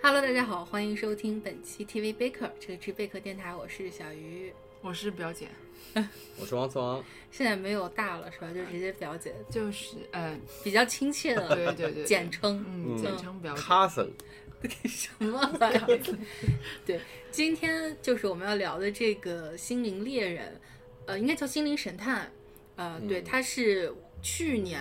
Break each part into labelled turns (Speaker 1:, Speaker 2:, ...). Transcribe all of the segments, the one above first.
Speaker 1: Hello，大家好，欢迎收听本期 TV Baker，这里是贝壳电台，我是小鱼。
Speaker 2: 我是表姐，
Speaker 3: 我是王思王，
Speaker 1: 现在没有大了是吧？就直接表姐，
Speaker 2: 就是呃，
Speaker 1: 比较亲切的
Speaker 2: 对对对，
Speaker 1: 简称。
Speaker 2: 嗯，
Speaker 3: 嗯
Speaker 2: 简称表姐。
Speaker 3: cousin，
Speaker 1: 什么玩意儿？对，今天就是我们要聊的这个《心灵猎人》，呃，应该叫《心灵神探》，呃，对，
Speaker 3: 嗯
Speaker 1: 它是去年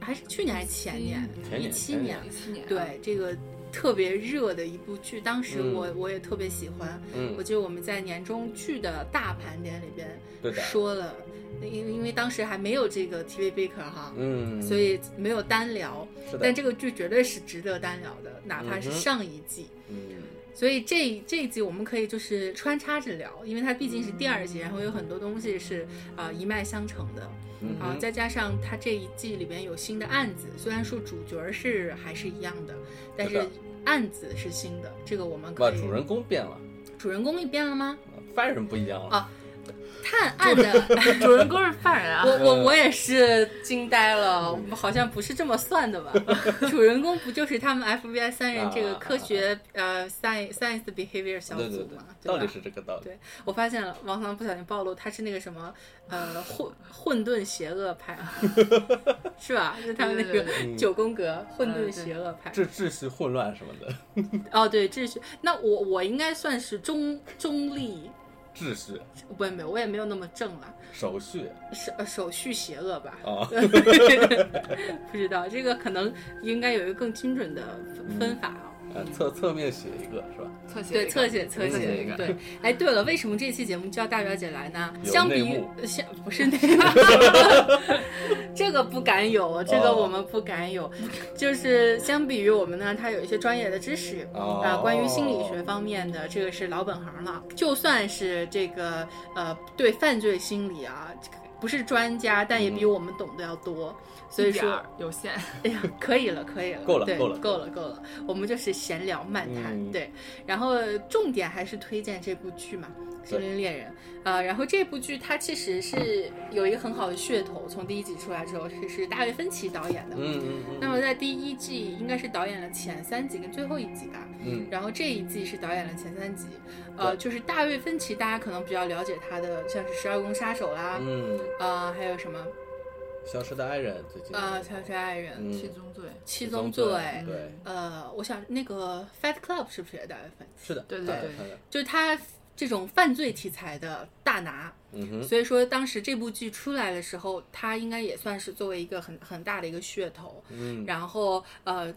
Speaker 1: 还是去年还是前年？
Speaker 3: 前
Speaker 1: 一
Speaker 3: 年
Speaker 1: 七
Speaker 3: 前
Speaker 1: 年
Speaker 3: 年，
Speaker 2: 一七年，啊
Speaker 1: 对，这个特别热的一部剧，当时
Speaker 3: 嗯
Speaker 1: 我、我也特别喜欢。我
Speaker 3: 嗯，
Speaker 1: 记得我们在年终剧的大盘点里边
Speaker 3: 对的，
Speaker 1: 说了，因为因为当时还没有这个 TV Baker 哈，
Speaker 3: 嗯，
Speaker 1: 所以没有单聊，
Speaker 3: 是的，
Speaker 1: 但这个剧绝对是值得单聊的，哪怕是
Speaker 3: 嗯哼
Speaker 1: 上一季。
Speaker 3: 嗯，
Speaker 1: 所以这这一集我们可以就是穿插着聊，因为它毕竟是第二季，然后有很多东西是啊、呃一脉相承的
Speaker 3: 嗯
Speaker 1: 啊、
Speaker 3: 哼
Speaker 1: 再加上它这一季里边有新的案子，虽然说主角是还是一样的，但
Speaker 3: 是
Speaker 1: 是
Speaker 3: 的
Speaker 1: 案子是新的，这个我们
Speaker 3: 哇，
Speaker 1: 可以
Speaker 3: 主人公变了，
Speaker 1: 主人公也变了吗？
Speaker 3: 犯人不一样
Speaker 1: 啊
Speaker 3: 了，
Speaker 1: 探案 的，
Speaker 2: 主人公是犯人啊
Speaker 1: 我，
Speaker 3: 嗯
Speaker 1: 我我也是惊呆了，好像不是这么算 的吧？主人公不就是他们 FBI 三
Speaker 3: 啊
Speaker 1: 人这个科学呃 science science behavior 小
Speaker 3: 对
Speaker 1: 组
Speaker 3: 对对
Speaker 1: 嘛？，
Speaker 3: 道
Speaker 1: 吧
Speaker 3: 理？是这个道理
Speaker 1: 对，我发现了，王桑不小心暴露，他是那个什么，呃，混混沌邪恶 派，是吧？就他们那
Speaker 2: 对
Speaker 1: 个
Speaker 2: 对
Speaker 3: 嗯
Speaker 1: 九宫格混
Speaker 2: 嗯
Speaker 1: 沌
Speaker 2: 对
Speaker 1: 邪恶派。
Speaker 3: 这秩序混乱什么的，
Speaker 1: 哦，对，秩序。那我我应该算是中中立，
Speaker 3: 秩序
Speaker 1: 不没有，我也没有那么正了，
Speaker 3: 手续
Speaker 1: 手呃手续邪恶吧？
Speaker 3: 啊，
Speaker 1: 不知道这个可能应该有一个更精准的分分法啊。
Speaker 3: 呃侧侧面写一个是吧？
Speaker 2: 侧写
Speaker 1: 对，
Speaker 2: 一个
Speaker 1: 侧写侧
Speaker 2: 侧
Speaker 1: 写
Speaker 2: 一个，
Speaker 1: 对。哎，对了，为什么这期节目叫大表姐来呢？
Speaker 3: 有
Speaker 1: 相比
Speaker 3: 内
Speaker 1: 于
Speaker 3: 幕
Speaker 1: 呃相不是内幕， 这个不敢有，这个
Speaker 3: 哦
Speaker 1: 我们不敢有。就是相比于我们呢，他有一些专业的知识。
Speaker 3: 哦
Speaker 1: 啊，关于心理学方面的，这个是老本行了。就算是这个呃，对犯罪心理啊，这个不是专家，但也比
Speaker 3: 嗯
Speaker 1: 我们懂得要多。所以
Speaker 2: 一点
Speaker 1: 说，
Speaker 2: 儿有限，
Speaker 1: 哎呀，可以了，可以了，
Speaker 3: 够了
Speaker 1: 对
Speaker 3: 够了
Speaker 1: 够了，够了，我们就是闲聊漫谈，
Speaker 3: 嗯
Speaker 1: 对。然后重点还是推荐这部剧嘛，《心灵猎人》呃，然后这部剧它其实是有一个很好的噱头，从第一集出来之后是是大卫芬奇导演的。
Speaker 3: 嗯嗯嗯，
Speaker 1: 那么在第一季应该是导演了前三集跟最后一集吧，
Speaker 3: 嗯
Speaker 1: 然后这一季是导演了前三集，呃，就是大卫芬奇，大家可能比较了解他的，像是《十二宫杀手》啦，
Speaker 3: 嗯，
Speaker 1: 呃，还有什么
Speaker 3: 消失的爱人最近
Speaker 1: 呃，《消失爱人》
Speaker 3: 嗯
Speaker 2: 七宗罪，嗯
Speaker 1: 七
Speaker 3: 七
Speaker 1: 宗
Speaker 3: 宗
Speaker 1: 罪》
Speaker 3: 对，
Speaker 1: 呃，我想那个《Fight Club》是不是也大卫芬奇？
Speaker 3: 是的，
Speaker 2: 对对
Speaker 3: 他的
Speaker 2: 对
Speaker 3: 他的
Speaker 1: 就是他这种犯罪题材的大拿，
Speaker 3: 嗯哼，
Speaker 1: 所以说当时这部剧出来的时候，他应该也算是作为一个很很大的一个噱头。
Speaker 3: 嗯，
Speaker 1: 然后呃，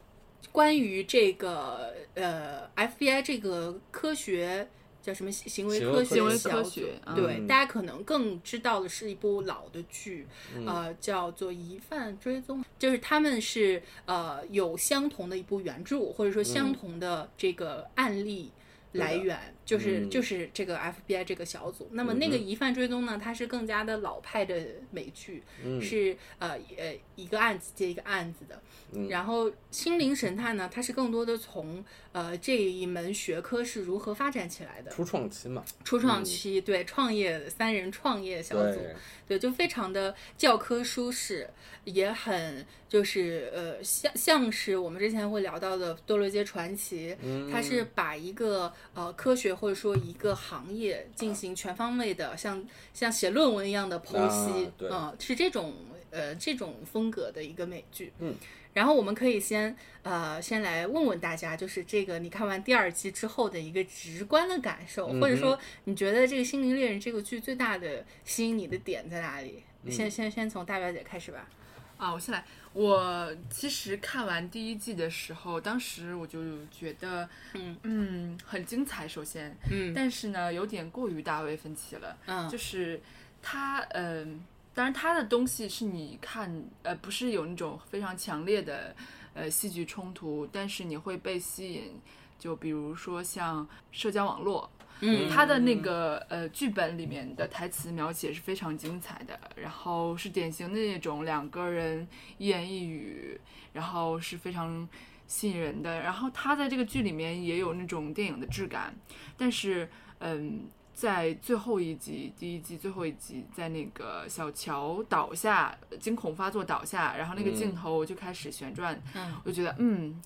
Speaker 1: 关于这个呃 FBI 这个科学。叫什么行行为
Speaker 3: 行为
Speaker 1: 科
Speaker 3: 科
Speaker 1: 学
Speaker 3: 行为
Speaker 1: 小
Speaker 2: 科
Speaker 1: 组
Speaker 2: 学嗯
Speaker 1: 对，大家可能更知道的是一部老的剧，
Speaker 3: 嗯
Speaker 1: 呃，叫做《疑犯追踪》，就是他们是呃有相同的一部原著，或者说相同的这个案例来源，就是、
Speaker 3: 嗯
Speaker 1: 就是这个 FBI 这个小组。那么
Speaker 3: 嗯哼
Speaker 1: 那个《疑犯追踪》呢，它是更加的老派的美剧，
Speaker 3: 嗯
Speaker 1: 是呃呃一个案子接一个案子的。
Speaker 3: 嗯
Speaker 1: 然后心灵神探呢，它是更多的从呃这一门学科是如何发展起来的，
Speaker 3: 初创期嘛，
Speaker 1: 初创期、对创业三人创业小组，
Speaker 3: 对，
Speaker 1: 对，就非常的教科书式，也很就是呃，像像是我们之前会聊到的《堕落街传奇》
Speaker 3: 嗯
Speaker 1: 它是把一个呃科学或者说一个行业进行全方位的，像像写论文一样的剖析
Speaker 3: 啊，对
Speaker 1: 嗯，是这种呃这种风格的一个美剧，
Speaker 3: 嗯。
Speaker 1: 然后我们可以先呃先来问问大家，就是这个你看完第二季之后的一个直观的感受，
Speaker 3: 嗯哼
Speaker 1: 或者说你觉得这个《心灵猎人》这个剧最大的吸引你的点在哪里？
Speaker 3: 嗯
Speaker 1: 先先先从大表姐开始吧。
Speaker 2: 啊，我先来。我其实看完第一季的时候，当时我就觉得，
Speaker 1: 嗯
Speaker 2: 嗯，很精彩。首先，
Speaker 1: 嗯
Speaker 2: 但是呢，有点过于大卫芬奇了。
Speaker 1: 嗯
Speaker 2: 就是他，嗯、当然他的东西是你看，呃，不是有那种非常强烈的，呃，戏剧冲突，但是你会被吸引。就比如说像社交网络，
Speaker 1: 嗯
Speaker 2: 他的那个呃剧本里面的台词描写是非常精彩的，然后是典型的那种两个人一言一语，然后是非常吸引人的。然后他在这个剧里面也有那种电影的质感，但是嗯，在最后一集，第一季最后一集，在那个小乔倒下，惊恐发作倒下，然后那个
Speaker 3: 嗯
Speaker 2: 镜头就开始旋转，
Speaker 1: 嗯
Speaker 2: 我就觉得嗯。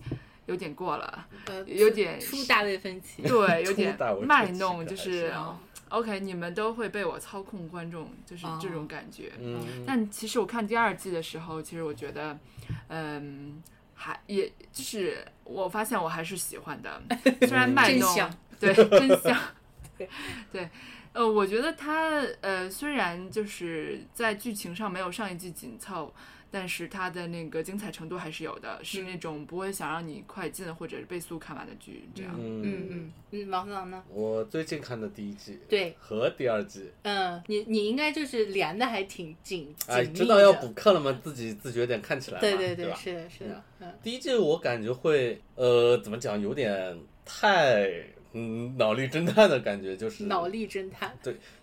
Speaker 2: 有点过了，
Speaker 1: 呃，
Speaker 2: 有点
Speaker 1: 出大卫芬 奇，
Speaker 2: 对，有
Speaker 3: 出
Speaker 2: 点
Speaker 3: 大我这
Speaker 2: 卖
Speaker 3: 几
Speaker 2: 弄，
Speaker 3: 个
Speaker 2: 就
Speaker 3: 还
Speaker 2: 是
Speaker 3: 是
Speaker 1: 啊
Speaker 2: OK，你们都会被我操控，观众就是
Speaker 1: 哦
Speaker 2: 这种感觉。
Speaker 3: 嗯，
Speaker 2: 但其实我看第二季的时候，其实我觉得，嗯，还也就是我发现我还是喜欢 的，虽然卖
Speaker 1: 真
Speaker 2: 弄
Speaker 1: 香，，
Speaker 2: 对，真香
Speaker 1: 对
Speaker 2: 对，呃，我觉得它呃虽然就是在剧情上没有上一季紧凑。但是它的那个精彩程度还是有的，是
Speaker 1: 嗯
Speaker 2: 那种不会想让你快进或者是倍速看完的剧，这样。
Speaker 1: 嗯嗯嗯，王思朗呢？
Speaker 3: 我最近看的第一季，
Speaker 1: 对
Speaker 3: 和第二季，
Speaker 1: 嗯，你你应该就是连的还挺紧紧
Speaker 3: 哎，
Speaker 1: 密的，
Speaker 3: 知道要补课了吗？自己自觉点看起来吧，
Speaker 1: 对对
Speaker 3: 对
Speaker 1: 对，
Speaker 3: 吧
Speaker 1: 是的，是的，嗯，
Speaker 3: 第一季我感觉会，呃，怎么讲，有点太，嗯，脑力侦探的感觉，就是
Speaker 1: 嗯脑力侦探，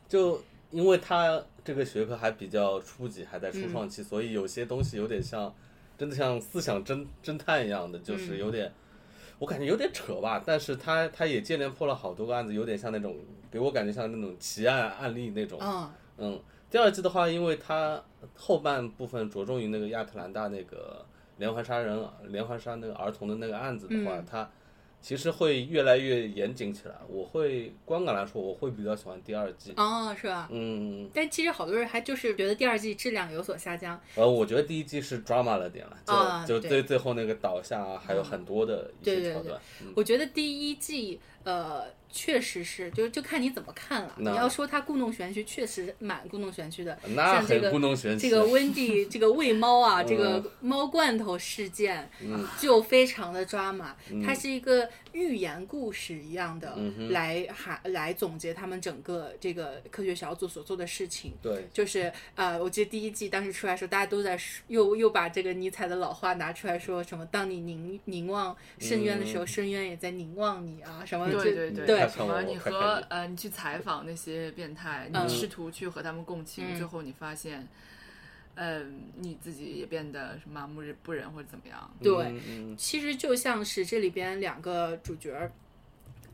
Speaker 3: 就因为它这个学科还比较初级，还在初创
Speaker 1: 嗯
Speaker 3: 期，所以有些东西有点像，真的像思想侦侦探一样的，
Speaker 1: 嗯
Speaker 3: 就是有点，我感觉有点扯吧。但是它它也接连破了好多个案子，有点像那种给我感觉像那种奇案案例那种。
Speaker 1: 嗯
Speaker 3: 嗯，第二季的话，因为它后半部分着重于那个亚特兰大那个连环杀人、啊连环杀那个儿童的那个案子的话，
Speaker 1: 嗯
Speaker 3: 它其实会越来越严谨起来。我会观感来说，我会比较喜欢第二季。
Speaker 1: 哦，是吧？
Speaker 3: 嗯，
Speaker 1: 但其实好多人还就是觉得第二季质量有所下降，
Speaker 3: 呃，我觉得第一季是 drama 了点了，就、
Speaker 1: 啊
Speaker 3: 就
Speaker 1: 对嗯
Speaker 3: 最最后那个倒下啊，还有很多的一
Speaker 1: 对对
Speaker 3: 些桥
Speaker 1: 对
Speaker 3: 段。嗯
Speaker 1: 我觉得第一季，呃，确实是，就就看你怎么看了。你
Speaker 3: 那
Speaker 1: 要说它故弄玄虚，确实蛮故弄玄虚的。
Speaker 3: 那
Speaker 1: 像这
Speaker 3: 很
Speaker 1: 个
Speaker 3: 故弄玄
Speaker 1: 这
Speaker 3: 虚。
Speaker 1: 个温 蒂这个喂猫啊，
Speaker 3: 嗯
Speaker 1: 这个猫罐头事件
Speaker 2: 嗯
Speaker 1: 就非常的抓马，它是一个寓言故事一样的
Speaker 2: 嗯
Speaker 1: 来还来总结他们整个这个科学小组所做的事情。
Speaker 3: 对，
Speaker 1: 就是呃，我记得第一季当时出来的时候，大家都在说又又把这个尼采的老话拿出来说什么，当你凝凝望深渊的时候，深渊也在凝望你啊，什么就
Speaker 2: 嗯对对对，
Speaker 1: 对
Speaker 2: 什么你
Speaker 3: 快看嗯我
Speaker 2: 和呃你去采访那些变态，你试图去和他们共情，最后你发现，呃你自己也变得是麻木不仁或者怎么样，
Speaker 1: 对
Speaker 3: 嗯嗯
Speaker 1: 其实就像是这里边两个主角儿，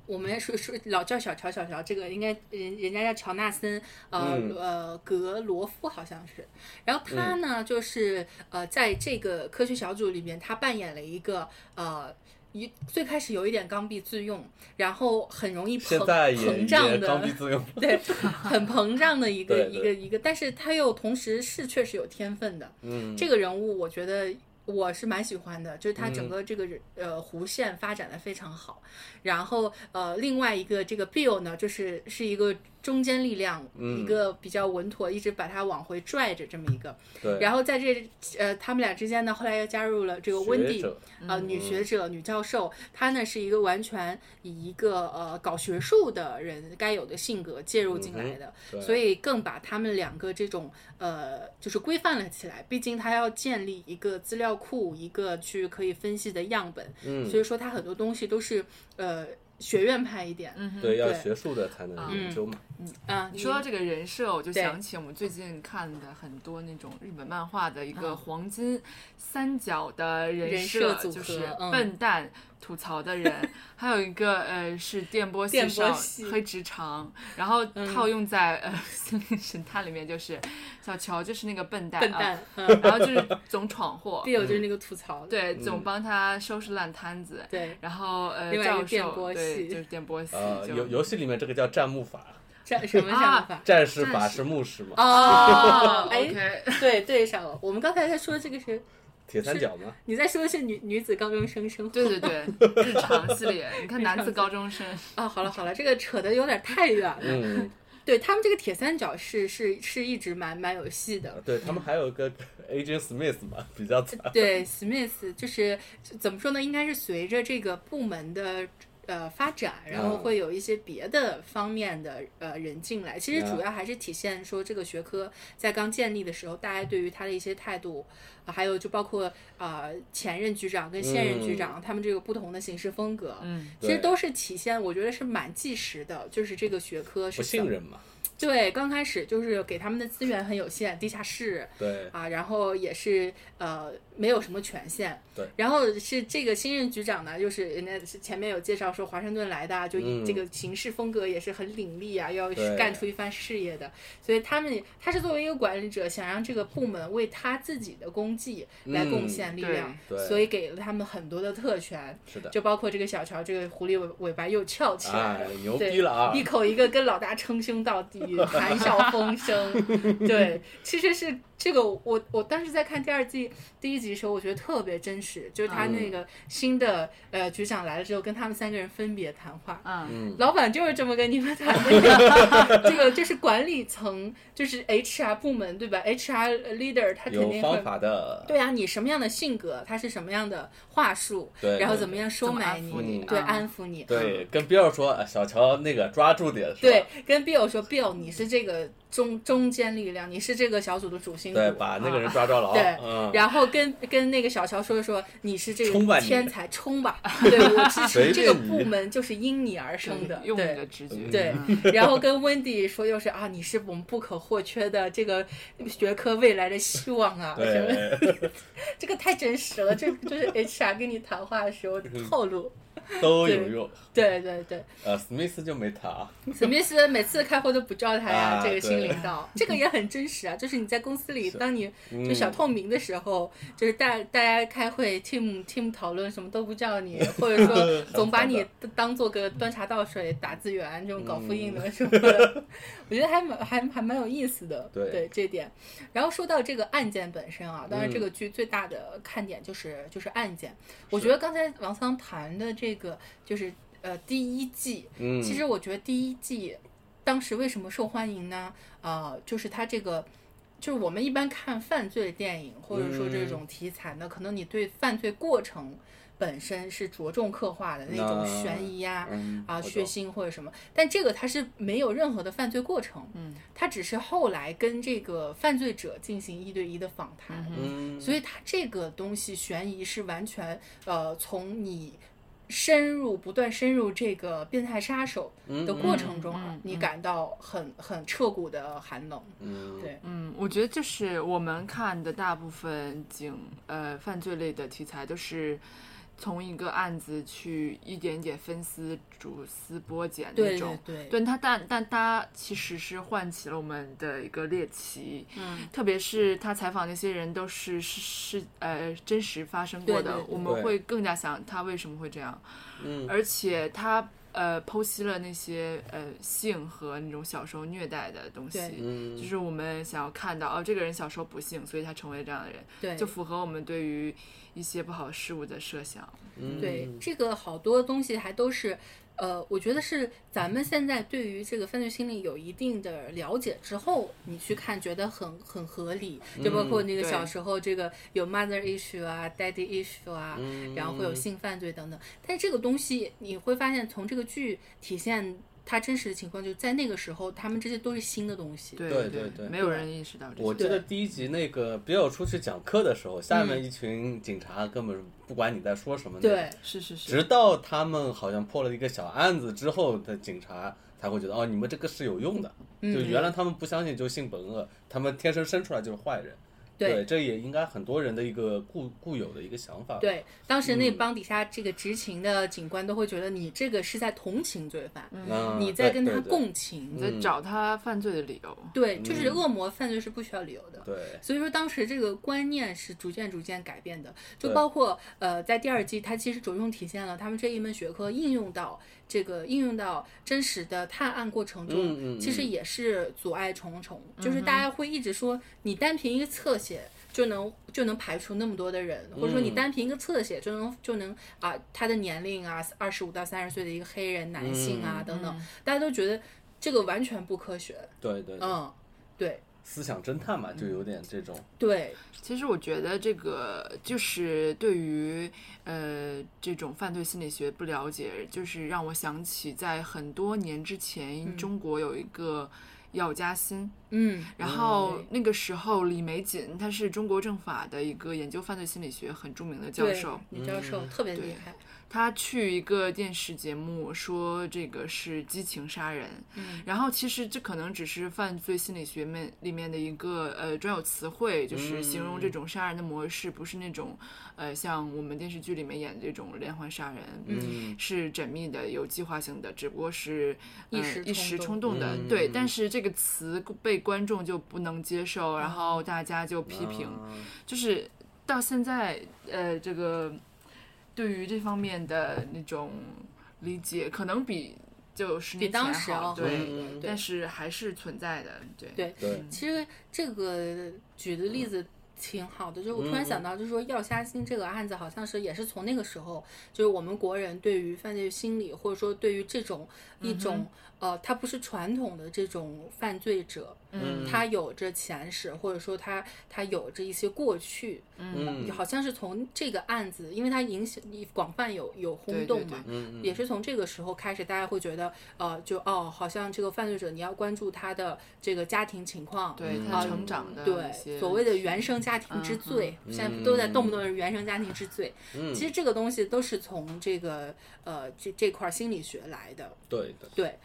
Speaker 1: 我们说说老叫小乔小乔，这个应该人人家叫乔纳森，呃、
Speaker 3: 嗯
Speaker 1: 呃格罗夫好像是。然后他呢，就是呃在这个科学小组里面，他扮演了一个呃。一最开始有一点刚愎自用，然后很容易膨
Speaker 3: 现在也
Speaker 1: 膨胀
Speaker 3: 也
Speaker 1: 的，
Speaker 3: 刚愎自 用。
Speaker 1: 对，很膨胀的一个
Speaker 3: 对
Speaker 1: 一个
Speaker 3: 对
Speaker 1: 一个，但是他又同时是确实有天分的。
Speaker 3: 嗯，
Speaker 1: 这个人物我觉得我是蛮喜欢的，就是他
Speaker 3: 嗯
Speaker 1: 整个这个人、呃弧线发展的非常好。然后呃，另外一个这个 Bill 呢，就是是一个中坚力量，
Speaker 3: 嗯
Speaker 1: 一个比较稳妥，一直把他往回拽着这么一个。
Speaker 3: 对。
Speaker 1: 然后在这呃他们俩之间呢，后来又加入了这个温
Speaker 3: 学
Speaker 1: 蒂。
Speaker 3: 者
Speaker 1: 呃，女
Speaker 3: 嗯
Speaker 1: 学者、女教授，她呢是一个完全以一个呃搞学术的人该有的性格介入进来的，
Speaker 3: 嗯对
Speaker 1: 所以更把他们两个这种呃就是规范了起来。毕竟她要建立一个资料库，一个去可以分析的样本，
Speaker 3: 嗯
Speaker 1: 所以说她很多东西都是呃学院派一点。
Speaker 2: 嗯哼。
Speaker 3: 对，要
Speaker 1: 对
Speaker 3: 学术的才能研究嘛。
Speaker 1: 啊，
Speaker 2: 你说到这个人设，我就
Speaker 1: 对
Speaker 2: 想起我们最近看的很多那种日本漫画的一个黄金三角的人
Speaker 1: 嗯人设
Speaker 2: 设，
Speaker 1: 组
Speaker 2: 就是
Speaker 1: 合嗯
Speaker 2: 笨蛋、吐槽的人，还有一个呃是电波系
Speaker 1: 电波
Speaker 2: 上
Speaker 1: 系嗯
Speaker 2: 黑直肠，然后套用在呃心灵神探里面就是小乔就是那个笨蛋
Speaker 1: 笨
Speaker 2: 啊，
Speaker 1: 蛋，嗯，，
Speaker 2: 然后就是总闯祸
Speaker 1: 必有就是那个吐槽的，
Speaker 2: 对，总帮他收拾烂摊子，
Speaker 1: 对，
Speaker 2: 然后呃
Speaker 1: 另外一个
Speaker 2: 教
Speaker 1: 电波
Speaker 2: 授对
Speaker 1: 系
Speaker 2: 就是电波系，
Speaker 3: 呃，
Speaker 2: 就
Speaker 3: 游游戏里面这个叫战木法，
Speaker 1: 战什么想法？
Speaker 3: 战士
Speaker 2: 战
Speaker 3: 法
Speaker 2: 士
Speaker 3: 是牧师嘛，
Speaker 1: 哦
Speaker 2: 哦
Speaker 1: 哎，
Speaker 2: 啊，OK，
Speaker 1: 对对上了。我们刚才在说这个是
Speaker 3: 铁三角 嘛。
Speaker 1: 你在说的是女女子高中生生活？
Speaker 2: 对对对，日常系列，你看男子高中生，
Speaker 1: 啊，好了好了，这个扯得有点太远了。
Speaker 3: 嗯，
Speaker 1: 对他们这个铁三角是是是一直蛮蛮有戏的。
Speaker 3: 嗯对他们还有一个 Agent Smith 嘛，比较惨。
Speaker 1: 对，Smith 就是怎么说呢？应该是随着这个部门的呃发展，然后
Speaker 3: 嗯
Speaker 1: 会有一些别的方面的呃人进来。
Speaker 3: 嗯
Speaker 1: 其实主要还是体现说这个学科在刚建立的时候，大家对于他的一些态度，呃还有就包括呃前任局长跟现任局
Speaker 3: 嗯
Speaker 1: 长他们这个不同的行事风格。
Speaker 2: 嗯，
Speaker 1: 其实
Speaker 3: 对
Speaker 1: 都是体现，我觉得是蛮纪实的，就是这个学科
Speaker 3: 不
Speaker 1: 是怎
Speaker 3: 信
Speaker 1: 么
Speaker 3: 任嘛，
Speaker 1: 对，刚开始就是给他们的资源很有限，地下室
Speaker 3: 对，
Speaker 1: 啊，然后也是呃没有什么权限。
Speaker 3: 对。
Speaker 1: 然后是这个新任局长呢，又是人家是前面有介绍说华盛顿来的啊，就以
Speaker 3: 嗯
Speaker 1: 这个行事风格也是很凛厉啊，要
Speaker 3: 对
Speaker 1: 干出一番事业的。所以他们他是作为一个管理者，想让这个部门为他自己的功绩来贡献力量，
Speaker 3: 嗯对对
Speaker 1: 所以给了他们很多的特权，
Speaker 3: 是的，
Speaker 1: 就包括这个小乔这个狐狸尾尾巴又翘起来了
Speaker 3: 哎，，牛逼了啊
Speaker 1: 一！口一个跟老大称兄道 弟，谈笑风生。对，其实是这个我，我当时在看第二季第一集的时候，我觉得特别真实，就是
Speaker 3: 嗯
Speaker 1: 他那个新的、呃局长来了之后，跟他们三个人分别谈话。
Speaker 2: 嗯，
Speaker 3: 嗯，
Speaker 1: 老板就是这么跟你们谈的 呀，这个就是管理层，就是 HR 部门对吧？HR leader 他肯
Speaker 3: 有
Speaker 1: 定
Speaker 3: 方
Speaker 1: 会。
Speaker 3: 法的，
Speaker 1: 对啊，你什么样的性格，他是什么样的话术，
Speaker 3: 对
Speaker 1: 然后
Speaker 3: 对
Speaker 1: 怎么样收
Speaker 2: 怎么
Speaker 1: 买
Speaker 2: 安
Speaker 1: 你，
Speaker 2: 抚你？
Speaker 1: 对，
Speaker 2: 嗯
Speaker 1: 安抚你。
Speaker 3: 对，跟 Bill 说，呃小乔那个抓住点，是吧
Speaker 1: 对，，跟 Bill 说，Bill，你是这个中中坚力量，你是这个小组的主心骨。
Speaker 3: 对，把那个人抓着了，
Speaker 1: 啊对
Speaker 3: 嗯，
Speaker 1: 然后跟跟那个小乔说说，你是这
Speaker 3: 冲吧
Speaker 1: 个
Speaker 3: 你
Speaker 1: 天 才，冲吧！ 对我支持
Speaker 3: 随
Speaker 1: 这个
Speaker 3: 便你
Speaker 1: 部门就是因你而生的，
Speaker 2: 用你
Speaker 1: 对
Speaker 2: 的直觉。
Speaker 1: 对
Speaker 2: 嗯，
Speaker 1: 然后跟 Wendy 说又是啊，你是我们不可或缺的这个学科未来的希望啊，什么
Speaker 3: 对，
Speaker 1: 这个太真实了，这就是 HR 跟你谈话的时候的
Speaker 3: 嗯
Speaker 1: 套路。
Speaker 3: 都有用。
Speaker 1: 对对对，
Speaker 3: 呃，Smith 就没他，
Speaker 1: 史密斯每次开会都不叫他呀，
Speaker 3: 啊
Speaker 1: 这个新
Speaker 3: 对
Speaker 1: 领导，这个也很真实啊。就是你在公司里，当你
Speaker 3: 嗯
Speaker 1: 就小透明的时候，就是大大家开会，team team 讨论什么都不叫你，或者 说总把你当做个端茶倒水、打字员这种搞复印
Speaker 3: 嗯
Speaker 1: 的什么的， 我觉得还蛮还还蛮有意思的。
Speaker 3: 对
Speaker 1: 这点。然后说到这个案件本身啊，当然
Speaker 3: 嗯
Speaker 1: 这个剧最大的看点就是就是案件。我觉得刚才王桑谈的这个就是呃第一季，
Speaker 3: 嗯，
Speaker 1: 其实我觉得第一季当时为什么受欢迎呢？呃，就是它这个，就是我们一般看犯罪电影或者说这
Speaker 3: 嗯
Speaker 1: 种题材呢，可能你对犯罪过程本身是着重刻画的那种
Speaker 3: 那
Speaker 1: 悬疑呀、
Speaker 3: 嗯
Speaker 1: 啊，
Speaker 3: 我
Speaker 1: 血
Speaker 3: 懂
Speaker 1: 腥或者什么，但这个它是没有任何的犯罪过程，
Speaker 2: 嗯，
Speaker 1: 它只是后来跟这个犯罪者进行一对一的访谈，
Speaker 2: 嗯哼
Speaker 3: 嗯，
Speaker 1: 所以它这个东西悬疑是完全呃从你深入不断深入这个变态杀手的过程中啊，
Speaker 2: 嗯嗯嗯
Speaker 1: 你感到很很彻骨的寒冷。
Speaker 3: 嗯
Speaker 1: 对，
Speaker 2: 嗯，我觉得就是我们看的大部分警呃犯罪类的题材都是。从一个案子去一点点分丝逐丝剥茧那
Speaker 1: 对
Speaker 2: 种
Speaker 1: 对，对，
Speaker 2: 对它，但但它其实是唤起了我们的一个猎奇，
Speaker 1: 嗯，
Speaker 2: 特别是他采访那些人都是是是呃真实发生过
Speaker 1: 对
Speaker 2: 的，
Speaker 1: 对对
Speaker 2: 我们
Speaker 3: 对
Speaker 2: 会更加想他为什么会这样，
Speaker 3: 嗯
Speaker 2: 而且他呃剖析了那些呃性和那种小时候虐待的东西
Speaker 1: 对，
Speaker 3: 嗯
Speaker 2: 就是我们想要看到哦，这个人小时候不幸，所以他成为这样的人，
Speaker 1: 对，
Speaker 2: 就符合我们对于一些不好事物的设想。
Speaker 3: 嗯
Speaker 1: 对，这个好多东西还都是，呃，我觉得是咱们现在对于这个犯罪心理有一定的了解之后，你去看觉得很很合理，就包
Speaker 3: 嗯
Speaker 1: 括那个
Speaker 2: 对
Speaker 1: 小时候这个有 mother issue 啊，daddy issue 啊，
Speaker 3: 嗯
Speaker 1: 然后会有性犯罪等等。但这个东西你会发现，从这个剧体现它真实的情况，就在那个时候，他们这些都是新的东西。
Speaker 2: 对
Speaker 3: 对
Speaker 2: 对
Speaker 3: 对对
Speaker 2: 没有人意识到这
Speaker 3: 我
Speaker 2: 些。
Speaker 3: 记得第一集那个比尔出去讲课的时候，下面一群警察根本不管你在说什么，
Speaker 1: 嗯对，
Speaker 2: 是是是，
Speaker 3: 直到他们好像破了一个小案子之后的警察才会觉得，哦，你们这个是有用的。
Speaker 1: 嗯
Speaker 3: 就原来他们不相信就性本恶，他们天生生出来就是坏人。
Speaker 1: 对
Speaker 3: 这也应该很多人的一个固固有的一个想法。，
Speaker 1: 对，当时
Speaker 3: 嗯
Speaker 1: 那帮底下这个执勤的警官都会觉得你这个是在同情罪犯，
Speaker 3: 嗯、
Speaker 1: 你在跟
Speaker 3: 对
Speaker 1: 他。
Speaker 3: 对
Speaker 1: 共情。
Speaker 2: 你在找他犯罪的理由。
Speaker 1: 对，就是恶魔犯罪是不需要理由的。
Speaker 3: 嗯对
Speaker 1: 所以说，当时这个观念是逐渐逐渐改变的，就
Speaker 3: 对
Speaker 1: 包括呃，在第二季，它其实着重体现了他们这一门学科应用到这个应用到真实的探案过程中，
Speaker 3: 嗯嗯嗯
Speaker 1: 其实也是阻碍重重，就是大家会一直说你单凭一个侧写。就能就能排除那么多的人，或者说你
Speaker 3: 嗯
Speaker 1: 单凭一个侧写就能就能啊，他的年龄啊，二十五到三十岁的一个黑人男性啊、
Speaker 3: 嗯
Speaker 1: 等等，大家都觉得这个完全不科学。
Speaker 3: 对对对，
Speaker 1: 嗯，对
Speaker 3: 思想侦探嘛，就有点这种。
Speaker 1: 对，
Speaker 2: 其实我觉得这个就是对于呃这种犯罪心理学不了解，就是让我想起在很多年之前，中国有一个药家鑫，
Speaker 1: 嗯
Speaker 2: 然后
Speaker 1: 对
Speaker 2: 那个时候，李玫瑾她是中国政法的一个研究犯罪心理学很著名的教
Speaker 1: 对
Speaker 2: 授，嗯
Speaker 1: 女教授特别厉
Speaker 2: 对
Speaker 1: 害，
Speaker 2: 她去一个电视节目说这个是激情杀人，
Speaker 1: 嗯
Speaker 2: 然后其实这可能只是犯罪心理学面里面的一个呃专有词汇，就是形容这种杀人的模式，不是那种呃像我们电视剧里面演的这种连环杀人，
Speaker 3: 嗯
Speaker 2: 是缜密的、有计划性的，只不过是、呃、
Speaker 1: 一时
Speaker 2: 一时
Speaker 1: 冲
Speaker 2: 冲动的。
Speaker 3: 嗯
Speaker 2: 对，但是这个词被观众就不能接受，然后大家就批评，
Speaker 3: 啊
Speaker 2: 就是到现在呃这个对于这方面的那种理解，可能比就十
Speaker 1: 比
Speaker 2: 年前
Speaker 1: 当时
Speaker 2: 好
Speaker 1: 要好
Speaker 2: 对。
Speaker 3: 嗯
Speaker 1: 对
Speaker 2: 但是还是存在的，对
Speaker 1: 对
Speaker 3: 对，
Speaker 1: 其实这个举的例子挺好的，就是我突然
Speaker 2: 嗯
Speaker 1: 想到，就是说药虾星这个案子，好像是也是从那个时候，就是我们国人对于犯罪心理，或者说对于这种一
Speaker 3: 嗯
Speaker 1: 种、呃，他不是传统的这种犯罪者，
Speaker 3: 嗯
Speaker 1: 他有着前世，或者说他他有着一些过去，
Speaker 3: 嗯
Speaker 1: 好像是从这个案子，因为它影响广泛有有轰
Speaker 2: 对
Speaker 1: 动
Speaker 2: 对
Speaker 1: 嘛，
Speaker 3: 嗯
Speaker 1: 也是从这个时候开始，大家会觉得，呃，就哦，好像这个犯罪者你要关注他的这个家庭情况，
Speaker 2: 对
Speaker 3: 嗯
Speaker 2: 他成长的一些
Speaker 1: 对，所谓的原生家庭之罪，现在都在动不动是原生家庭之罪。
Speaker 3: 嗯
Speaker 1: 其实这个东西都是从这个呃这这块心理学来的。
Speaker 3: 对的，
Speaker 1: 对，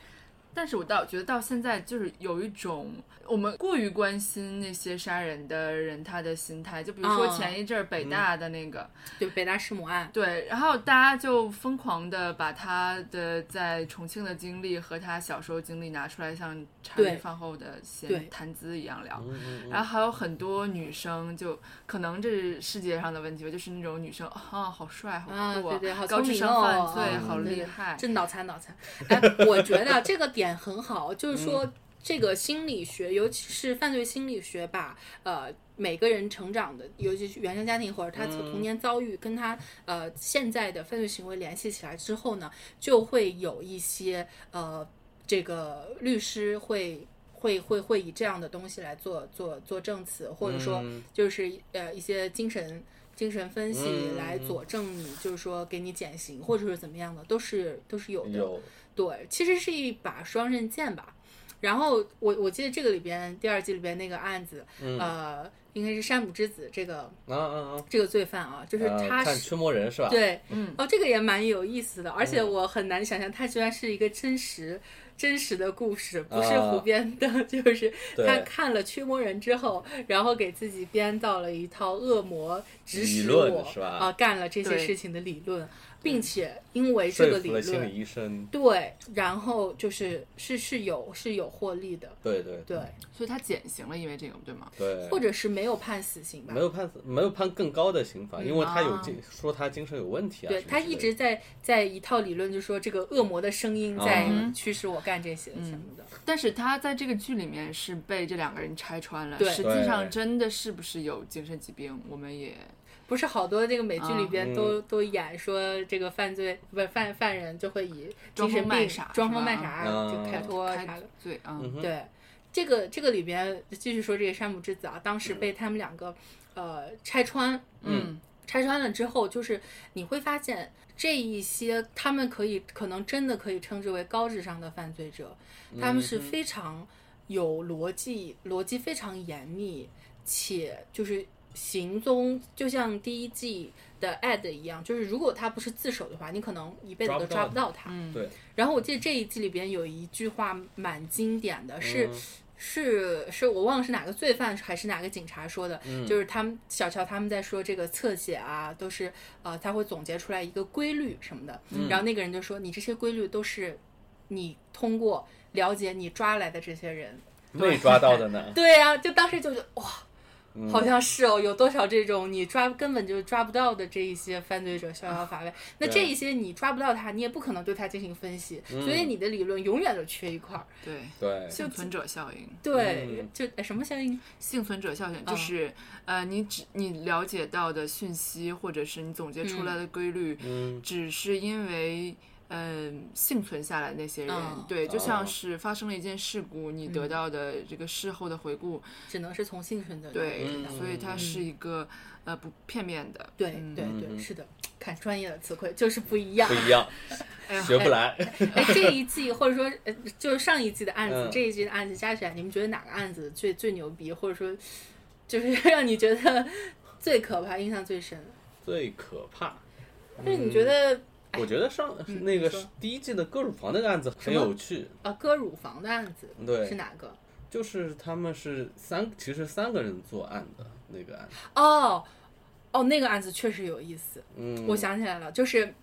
Speaker 2: 但是我到觉得到现在就是有一种我们过于关心那些杀人的人他的心态，就比如说
Speaker 1: 啊
Speaker 2: 前一阵儿北大的那个，
Speaker 1: 就北大弑母案，
Speaker 2: 对，然后大家就疯狂的把他的在重庆的经历和他小时候经历拿出来，像茶
Speaker 1: 对
Speaker 2: 余饭后的
Speaker 1: 对
Speaker 2: 闲谈资一样聊。
Speaker 3: 嗯
Speaker 2: 然后还有很多女生就，可能这是世界上的问题吧，就是那种女生啊，好帅，好酷
Speaker 1: 啊，对对，好
Speaker 2: 高
Speaker 1: 聪
Speaker 2: 智
Speaker 1: 明
Speaker 2: 商
Speaker 1: 哦
Speaker 2: 犯，罪，
Speaker 1: 啊
Speaker 2: 好
Speaker 1: 对
Speaker 2: 厉
Speaker 1: 对
Speaker 2: 害。
Speaker 1: 这脑残脑残。哎，我觉得这个点很好，就是
Speaker 2: 嗯
Speaker 1: 说这个心理学，尤其是犯罪心理学吧，呃。每个人成长的，尤其是原生家庭或者他
Speaker 3: 嗯
Speaker 1: 童年遭遇，跟他呃现在的犯罪行为联系起来之后呢，就会有一些呃，这个律师会会会会以这样的东西来做做做证词，或者说
Speaker 3: 嗯
Speaker 1: 就是呃一些精神精神分析
Speaker 3: 嗯
Speaker 1: 来
Speaker 3: 嗯嗯
Speaker 1: 佐证你，就是说给你减刑或者是怎么样的，都是都是有的。
Speaker 3: 有
Speaker 1: 对，其实是一把双刃剑吧。然后我我记得这个里边第二季里边那个案子，
Speaker 3: 嗯
Speaker 1: 呃，应该是山姆之子这个
Speaker 3: 啊啊啊，
Speaker 1: 这个罪犯啊，就是
Speaker 3: 呃
Speaker 1: 他
Speaker 3: 看
Speaker 1: 是、
Speaker 3: 驱魔人是吧？
Speaker 1: 对，
Speaker 2: 嗯，
Speaker 1: 哦，这个也蛮有意思的，而且我很难想象它居然是一个真实。真实的故事不是
Speaker 3: 啊
Speaker 1: 胡编的， 就是
Speaker 3: 对
Speaker 1: 他看了《驱魔人》之后，然后给自己编造了一套恶魔指
Speaker 3: 理
Speaker 1: 使
Speaker 3: 论
Speaker 1: 我
Speaker 3: 是吧
Speaker 1: 啊、干了这些
Speaker 2: 对
Speaker 1: 事情的理论，并且因为这
Speaker 3: 说
Speaker 1: 个
Speaker 3: 服
Speaker 1: 理
Speaker 3: 了心
Speaker 1: 论，
Speaker 3: 理医生，
Speaker 1: 对，然后就是是是有是有获利的，
Speaker 3: 对对
Speaker 1: 对，
Speaker 2: 所以他减刑了，因为这个对吗？
Speaker 3: 对，
Speaker 1: 或者是没有判死刑吧
Speaker 3: 没，有判死没有判更高的刑罚，因为他有
Speaker 2: 啊
Speaker 3: 精说他精神有问题啊，
Speaker 1: 对
Speaker 3: 什么
Speaker 1: 他
Speaker 3: 之类
Speaker 1: 一
Speaker 3: 的
Speaker 1: 直在在一套理论，就说这个恶魔的声音在
Speaker 3: 嗯
Speaker 1: 驱使我干这些
Speaker 2: 嗯
Speaker 1: 什么的，
Speaker 2: 但是他在这个剧里面是被这两个人拆穿了，
Speaker 1: 对
Speaker 2: 实
Speaker 3: 对
Speaker 2: 际上真的是不是有精神疾病，我们也
Speaker 1: 不是好多这个美剧里边
Speaker 3: 嗯
Speaker 1: 都、都演说这个犯罪不是犯犯人就会以精
Speaker 2: 装
Speaker 1: 神
Speaker 2: 疯
Speaker 1: 病
Speaker 2: 卖傻
Speaker 1: 装
Speaker 2: 是
Speaker 1: 疯
Speaker 2: 吧
Speaker 1: 卖傻
Speaker 3: 嗯
Speaker 1: 就开脱
Speaker 2: 开
Speaker 1: 啥的。
Speaker 2: 罪啊。
Speaker 3: 嗯哼
Speaker 1: 对，这个这个里边继续说这个山姆之子啊，当时被他们两个呃拆穿，
Speaker 3: 嗯
Speaker 1: 拆穿了之后，就是你会发现这一些他们可以可能真的可以称之为高智商的犯罪者，他们是非常有逻辑，逻辑非常严密，且就是行踪就像第一季的 Ed 一样，就是如果他不是自首的话，你可能一辈子都抓
Speaker 3: 抓
Speaker 1: 不
Speaker 3: 不
Speaker 1: 到他。
Speaker 2: 嗯
Speaker 3: 对
Speaker 1: 然后我记得这一季里边有一句话蛮经典的，是。
Speaker 3: 嗯
Speaker 1: 是是我忘了是哪个罪犯还是哪个警察说的，
Speaker 3: 嗯
Speaker 1: 就是他们小乔他们在说这个侧写啊，都是呃他会总结出来一个规律什么的，
Speaker 3: 嗯
Speaker 1: 然后那个人就说你这些规律都是你通过了解你抓来的这些人，
Speaker 3: 没抓到的呢，
Speaker 1: 对呀、就当时就觉得哇，
Speaker 3: 嗯
Speaker 1: 好像是哦，有多少这种你抓根本就抓不到的这一些犯罪者逍遥法外，那这
Speaker 3: 对嗯
Speaker 1: 一些你抓不到他，你也不可能对他进行分析，所以你的理论永远都缺一块儿。
Speaker 2: 对，
Speaker 3: 对，
Speaker 2: 幸存者效应，
Speaker 1: 对，
Speaker 3: 嗯
Speaker 1: 就哎什么效应？
Speaker 2: 幸存者效应
Speaker 1: 啊
Speaker 2: 就是，呃，你只你了解到的讯息，或者是你总结出来的规律，
Speaker 3: 嗯
Speaker 2: 只是因为。嗯，幸存下来的那些人，
Speaker 1: 嗯
Speaker 2: 对，就
Speaker 3: 哦
Speaker 2: 像是发生了一件事故，你得到的这个事后的回顾，
Speaker 1: 只能是从幸存者那里
Speaker 2: 对，
Speaker 1: 知道
Speaker 2: 所以它
Speaker 1: 嗯
Speaker 2: 是一个、呃不片面的，
Speaker 1: 对
Speaker 2: 嗯
Speaker 1: 对
Speaker 3: 嗯
Speaker 1: 对，
Speaker 3: 嗯
Speaker 1: 是的，看专业的词汇就是不一样
Speaker 3: 不。一样，
Speaker 2: 哎呀
Speaker 3: 学不来。
Speaker 1: 哎，这一季或者说呃，就是上一季的案子，
Speaker 3: 嗯
Speaker 1: 这一季的案子加起来，你们觉得哪个案子最最牛逼，或者说就是 让你觉得最可怕、印象最深的？
Speaker 3: 最可怕，
Speaker 1: 就是你觉
Speaker 3: 嗯
Speaker 1: 得
Speaker 3: 我觉得上那
Speaker 1: 哎你
Speaker 3: 个
Speaker 1: 说
Speaker 3: 是第一季的割乳房那个案子
Speaker 1: 什
Speaker 3: 很
Speaker 1: 么
Speaker 3: 有趣，
Speaker 1: 呃，割乳房的案子
Speaker 3: 对
Speaker 1: 是哪个？
Speaker 3: 就是他们是三，其实三个人作案的那个案子，
Speaker 1: 哦哦，那个案子确实有意思，
Speaker 3: 嗯，
Speaker 1: 我想起来了，就是。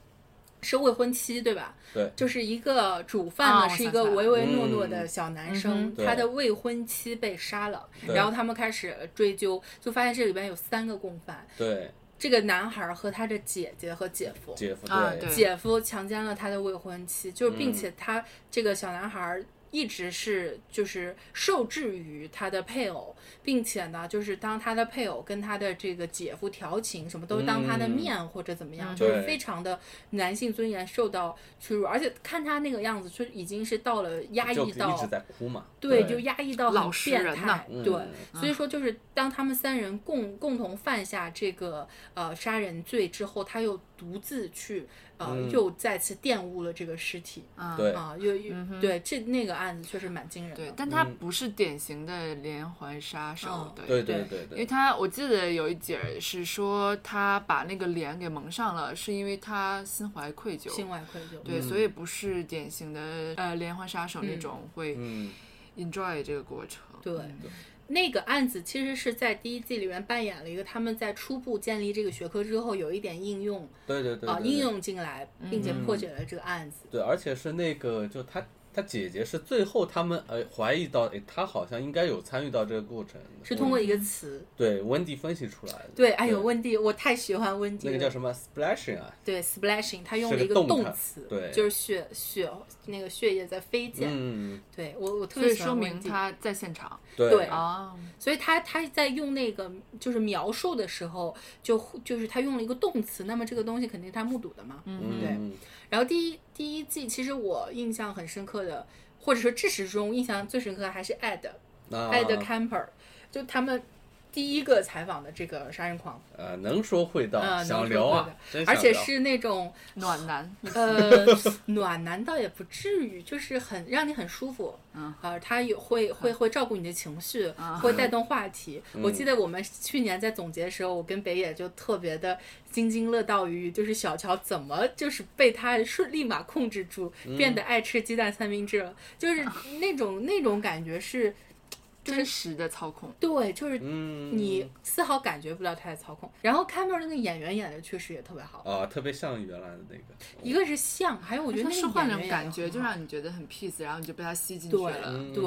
Speaker 1: 是未婚妻对吧？
Speaker 3: 对，
Speaker 1: 就是一个主犯呢，
Speaker 2: 哦
Speaker 1: 是一
Speaker 2: 我想
Speaker 1: 个
Speaker 2: 起来了
Speaker 1: 唯唯诺诺的小男
Speaker 2: 嗯
Speaker 1: 生，
Speaker 2: 嗯
Speaker 3: 对
Speaker 1: 他的未婚妻被杀了，
Speaker 3: 对
Speaker 1: 然后他们开始追究，就发现这里边有三个共犯，
Speaker 3: 对
Speaker 1: 这个男孩和他的姐姐和姐夫，
Speaker 3: 姐夫
Speaker 2: 啊对
Speaker 1: 姐夫强奸了他的未婚妻，就是
Speaker 3: 嗯
Speaker 1: 并且他这个小男孩一直是就是受制于他的配偶，并且呢，就是当他的配偶跟他的这个姐夫调情，什么都当他的面或者怎么样，
Speaker 2: 嗯
Speaker 1: 就是
Speaker 3: 嗯对
Speaker 1: 非常的男性尊严受到屈辱，而且看他那个样子，就已经是到了压
Speaker 3: 就
Speaker 1: 抑
Speaker 3: 一
Speaker 1: 到
Speaker 3: 直在哭嘛，
Speaker 1: 对，就压抑到很
Speaker 2: 老实
Speaker 1: 变
Speaker 2: 人
Speaker 1: 态
Speaker 2: 呐。
Speaker 3: 嗯
Speaker 1: 对，所以说就是当他们三人共共同犯下这个呃杀人罪之后，他又独自去呃、
Speaker 3: 嗯
Speaker 1: 又再次玷污了这个尸体
Speaker 2: 啊，
Speaker 3: 对
Speaker 1: 啊、又又、
Speaker 2: 嗯哼
Speaker 1: 对这那个案子确实蛮惊人的。
Speaker 2: 对，但他
Speaker 3: 嗯
Speaker 2: 不是典型的连环杀手
Speaker 1: 哦，
Speaker 2: 对
Speaker 3: 对
Speaker 1: 对
Speaker 3: 对
Speaker 2: 因为
Speaker 3: 对，
Speaker 2: 他我记得有一节儿是说他把那个脸给蒙上了，是因为他心怀愧疚，
Speaker 1: 心怀愧疚。
Speaker 2: 对，
Speaker 3: 嗯
Speaker 2: 所以不是典型的呃连环杀手那
Speaker 1: 嗯
Speaker 2: 种会
Speaker 3: 嗯，
Speaker 2: enjoy 这个过程。
Speaker 1: 对
Speaker 2: 嗯
Speaker 1: 那个案子其实是在第一季里面扮演了一个他们在初步建立这个学科之后有一点应用
Speaker 3: 对对对
Speaker 1: 啊、
Speaker 3: 对嗯
Speaker 1: 应
Speaker 3: 对
Speaker 1: 用进来，并
Speaker 2: 嗯
Speaker 1: 且破解了这个案子。
Speaker 3: 对，而且是那个，就他他姐姐是最后他们呃怀疑到，哎，他好像应该有参与到这个过程，
Speaker 1: 是通过
Speaker 3: 嗯
Speaker 1: 一个词，
Speaker 3: 对温迪分析出来的。
Speaker 1: 对，哎呦，温蒂，我太喜欢温蒂
Speaker 3: 那
Speaker 1: 了。
Speaker 3: 个叫什么 splashing 啊，
Speaker 1: 对，splashing，它用了
Speaker 3: 是
Speaker 1: 一
Speaker 3: 个
Speaker 1: 个
Speaker 3: 动
Speaker 1: 动
Speaker 3: 态
Speaker 1: 词，
Speaker 3: 对
Speaker 1: 就是血血那个血液在飞溅。
Speaker 3: 嗯，
Speaker 1: 对我我特
Speaker 2: 所
Speaker 1: 别
Speaker 2: 以
Speaker 1: 喜
Speaker 2: 说
Speaker 1: 欢
Speaker 2: 明
Speaker 1: Wendy
Speaker 2: 他在现场
Speaker 3: 对
Speaker 1: 对哦
Speaker 2: 啊，
Speaker 1: 所以他他在用那个就是描述的时候，就就是他用了一个动词，那么这个东西肯定是他目睹的嘛。
Speaker 2: 嗯，
Speaker 3: 嗯，
Speaker 1: 然后第一第一季其实我印象很深刻的，或者说至始至终印象最深刻的还是 Ed、
Speaker 3: 那
Speaker 1: Ed Camper，就他们第一个采访的这个杀人狂，
Speaker 3: 呃能说会道，
Speaker 1: 啊能
Speaker 3: 想
Speaker 1: 说
Speaker 3: 聊
Speaker 1: 会
Speaker 3: 啊
Speaker 1: 道，
Speaker 3: 真
Speaker 1: 而
Speaker 3: 想
Speaker 1: 且
Speaker 3: 聊
Speaker 1: 是那种
Speaker 2: 暖男，
Speaker 1: 呃，暖男倒也不至于，就是很让你很舒服。
Speaker 2: 嗯
Speaker 1: 呃，他也会会会照顾你的情绪，
Speaker 2: 啊
Speaker 1: 会带动话题。我记
Speaker 3: 嗯
Speaker 1: 得我们去年在总结的时候，我跟北野就特别的津津乐道于，就是小乔怎么就是被他顺立马控制住，
Speaker 2: 嗯
Speaker 1: 变得爱吃鸡蛋三明治了，就是那种那种感觉是，
Speaker 2: 真实的操控，
Speaker 1: 对，就是
Speaker 3: 嗯，
Speaker 1: 你丝毫感觉不到他在操控。然后 Cameron 那个演员演的确实也特别
Speaker 2: 哦
Speaker 1: 好，
Speaker 3: 啊，特别像原来的那个，
Speaker 1: 一个是像，还有我
Speaker 2: 我
Speaker 1: 觉得那个
Speaker 2: 说话
Speaker 1: 演
Speaker 2: 那
Speaker 1: 员
Speaker 2: 种
Speaker 1: 也
Speaker 2: 感
Speaker 1: 很
Speaker 2: 觉就
Speaker 1: 好
Speaker 2: 让你觉得很 peace，然后你就被他吸进去了。
Speaker 3: 嗯
Speaker 1: 对，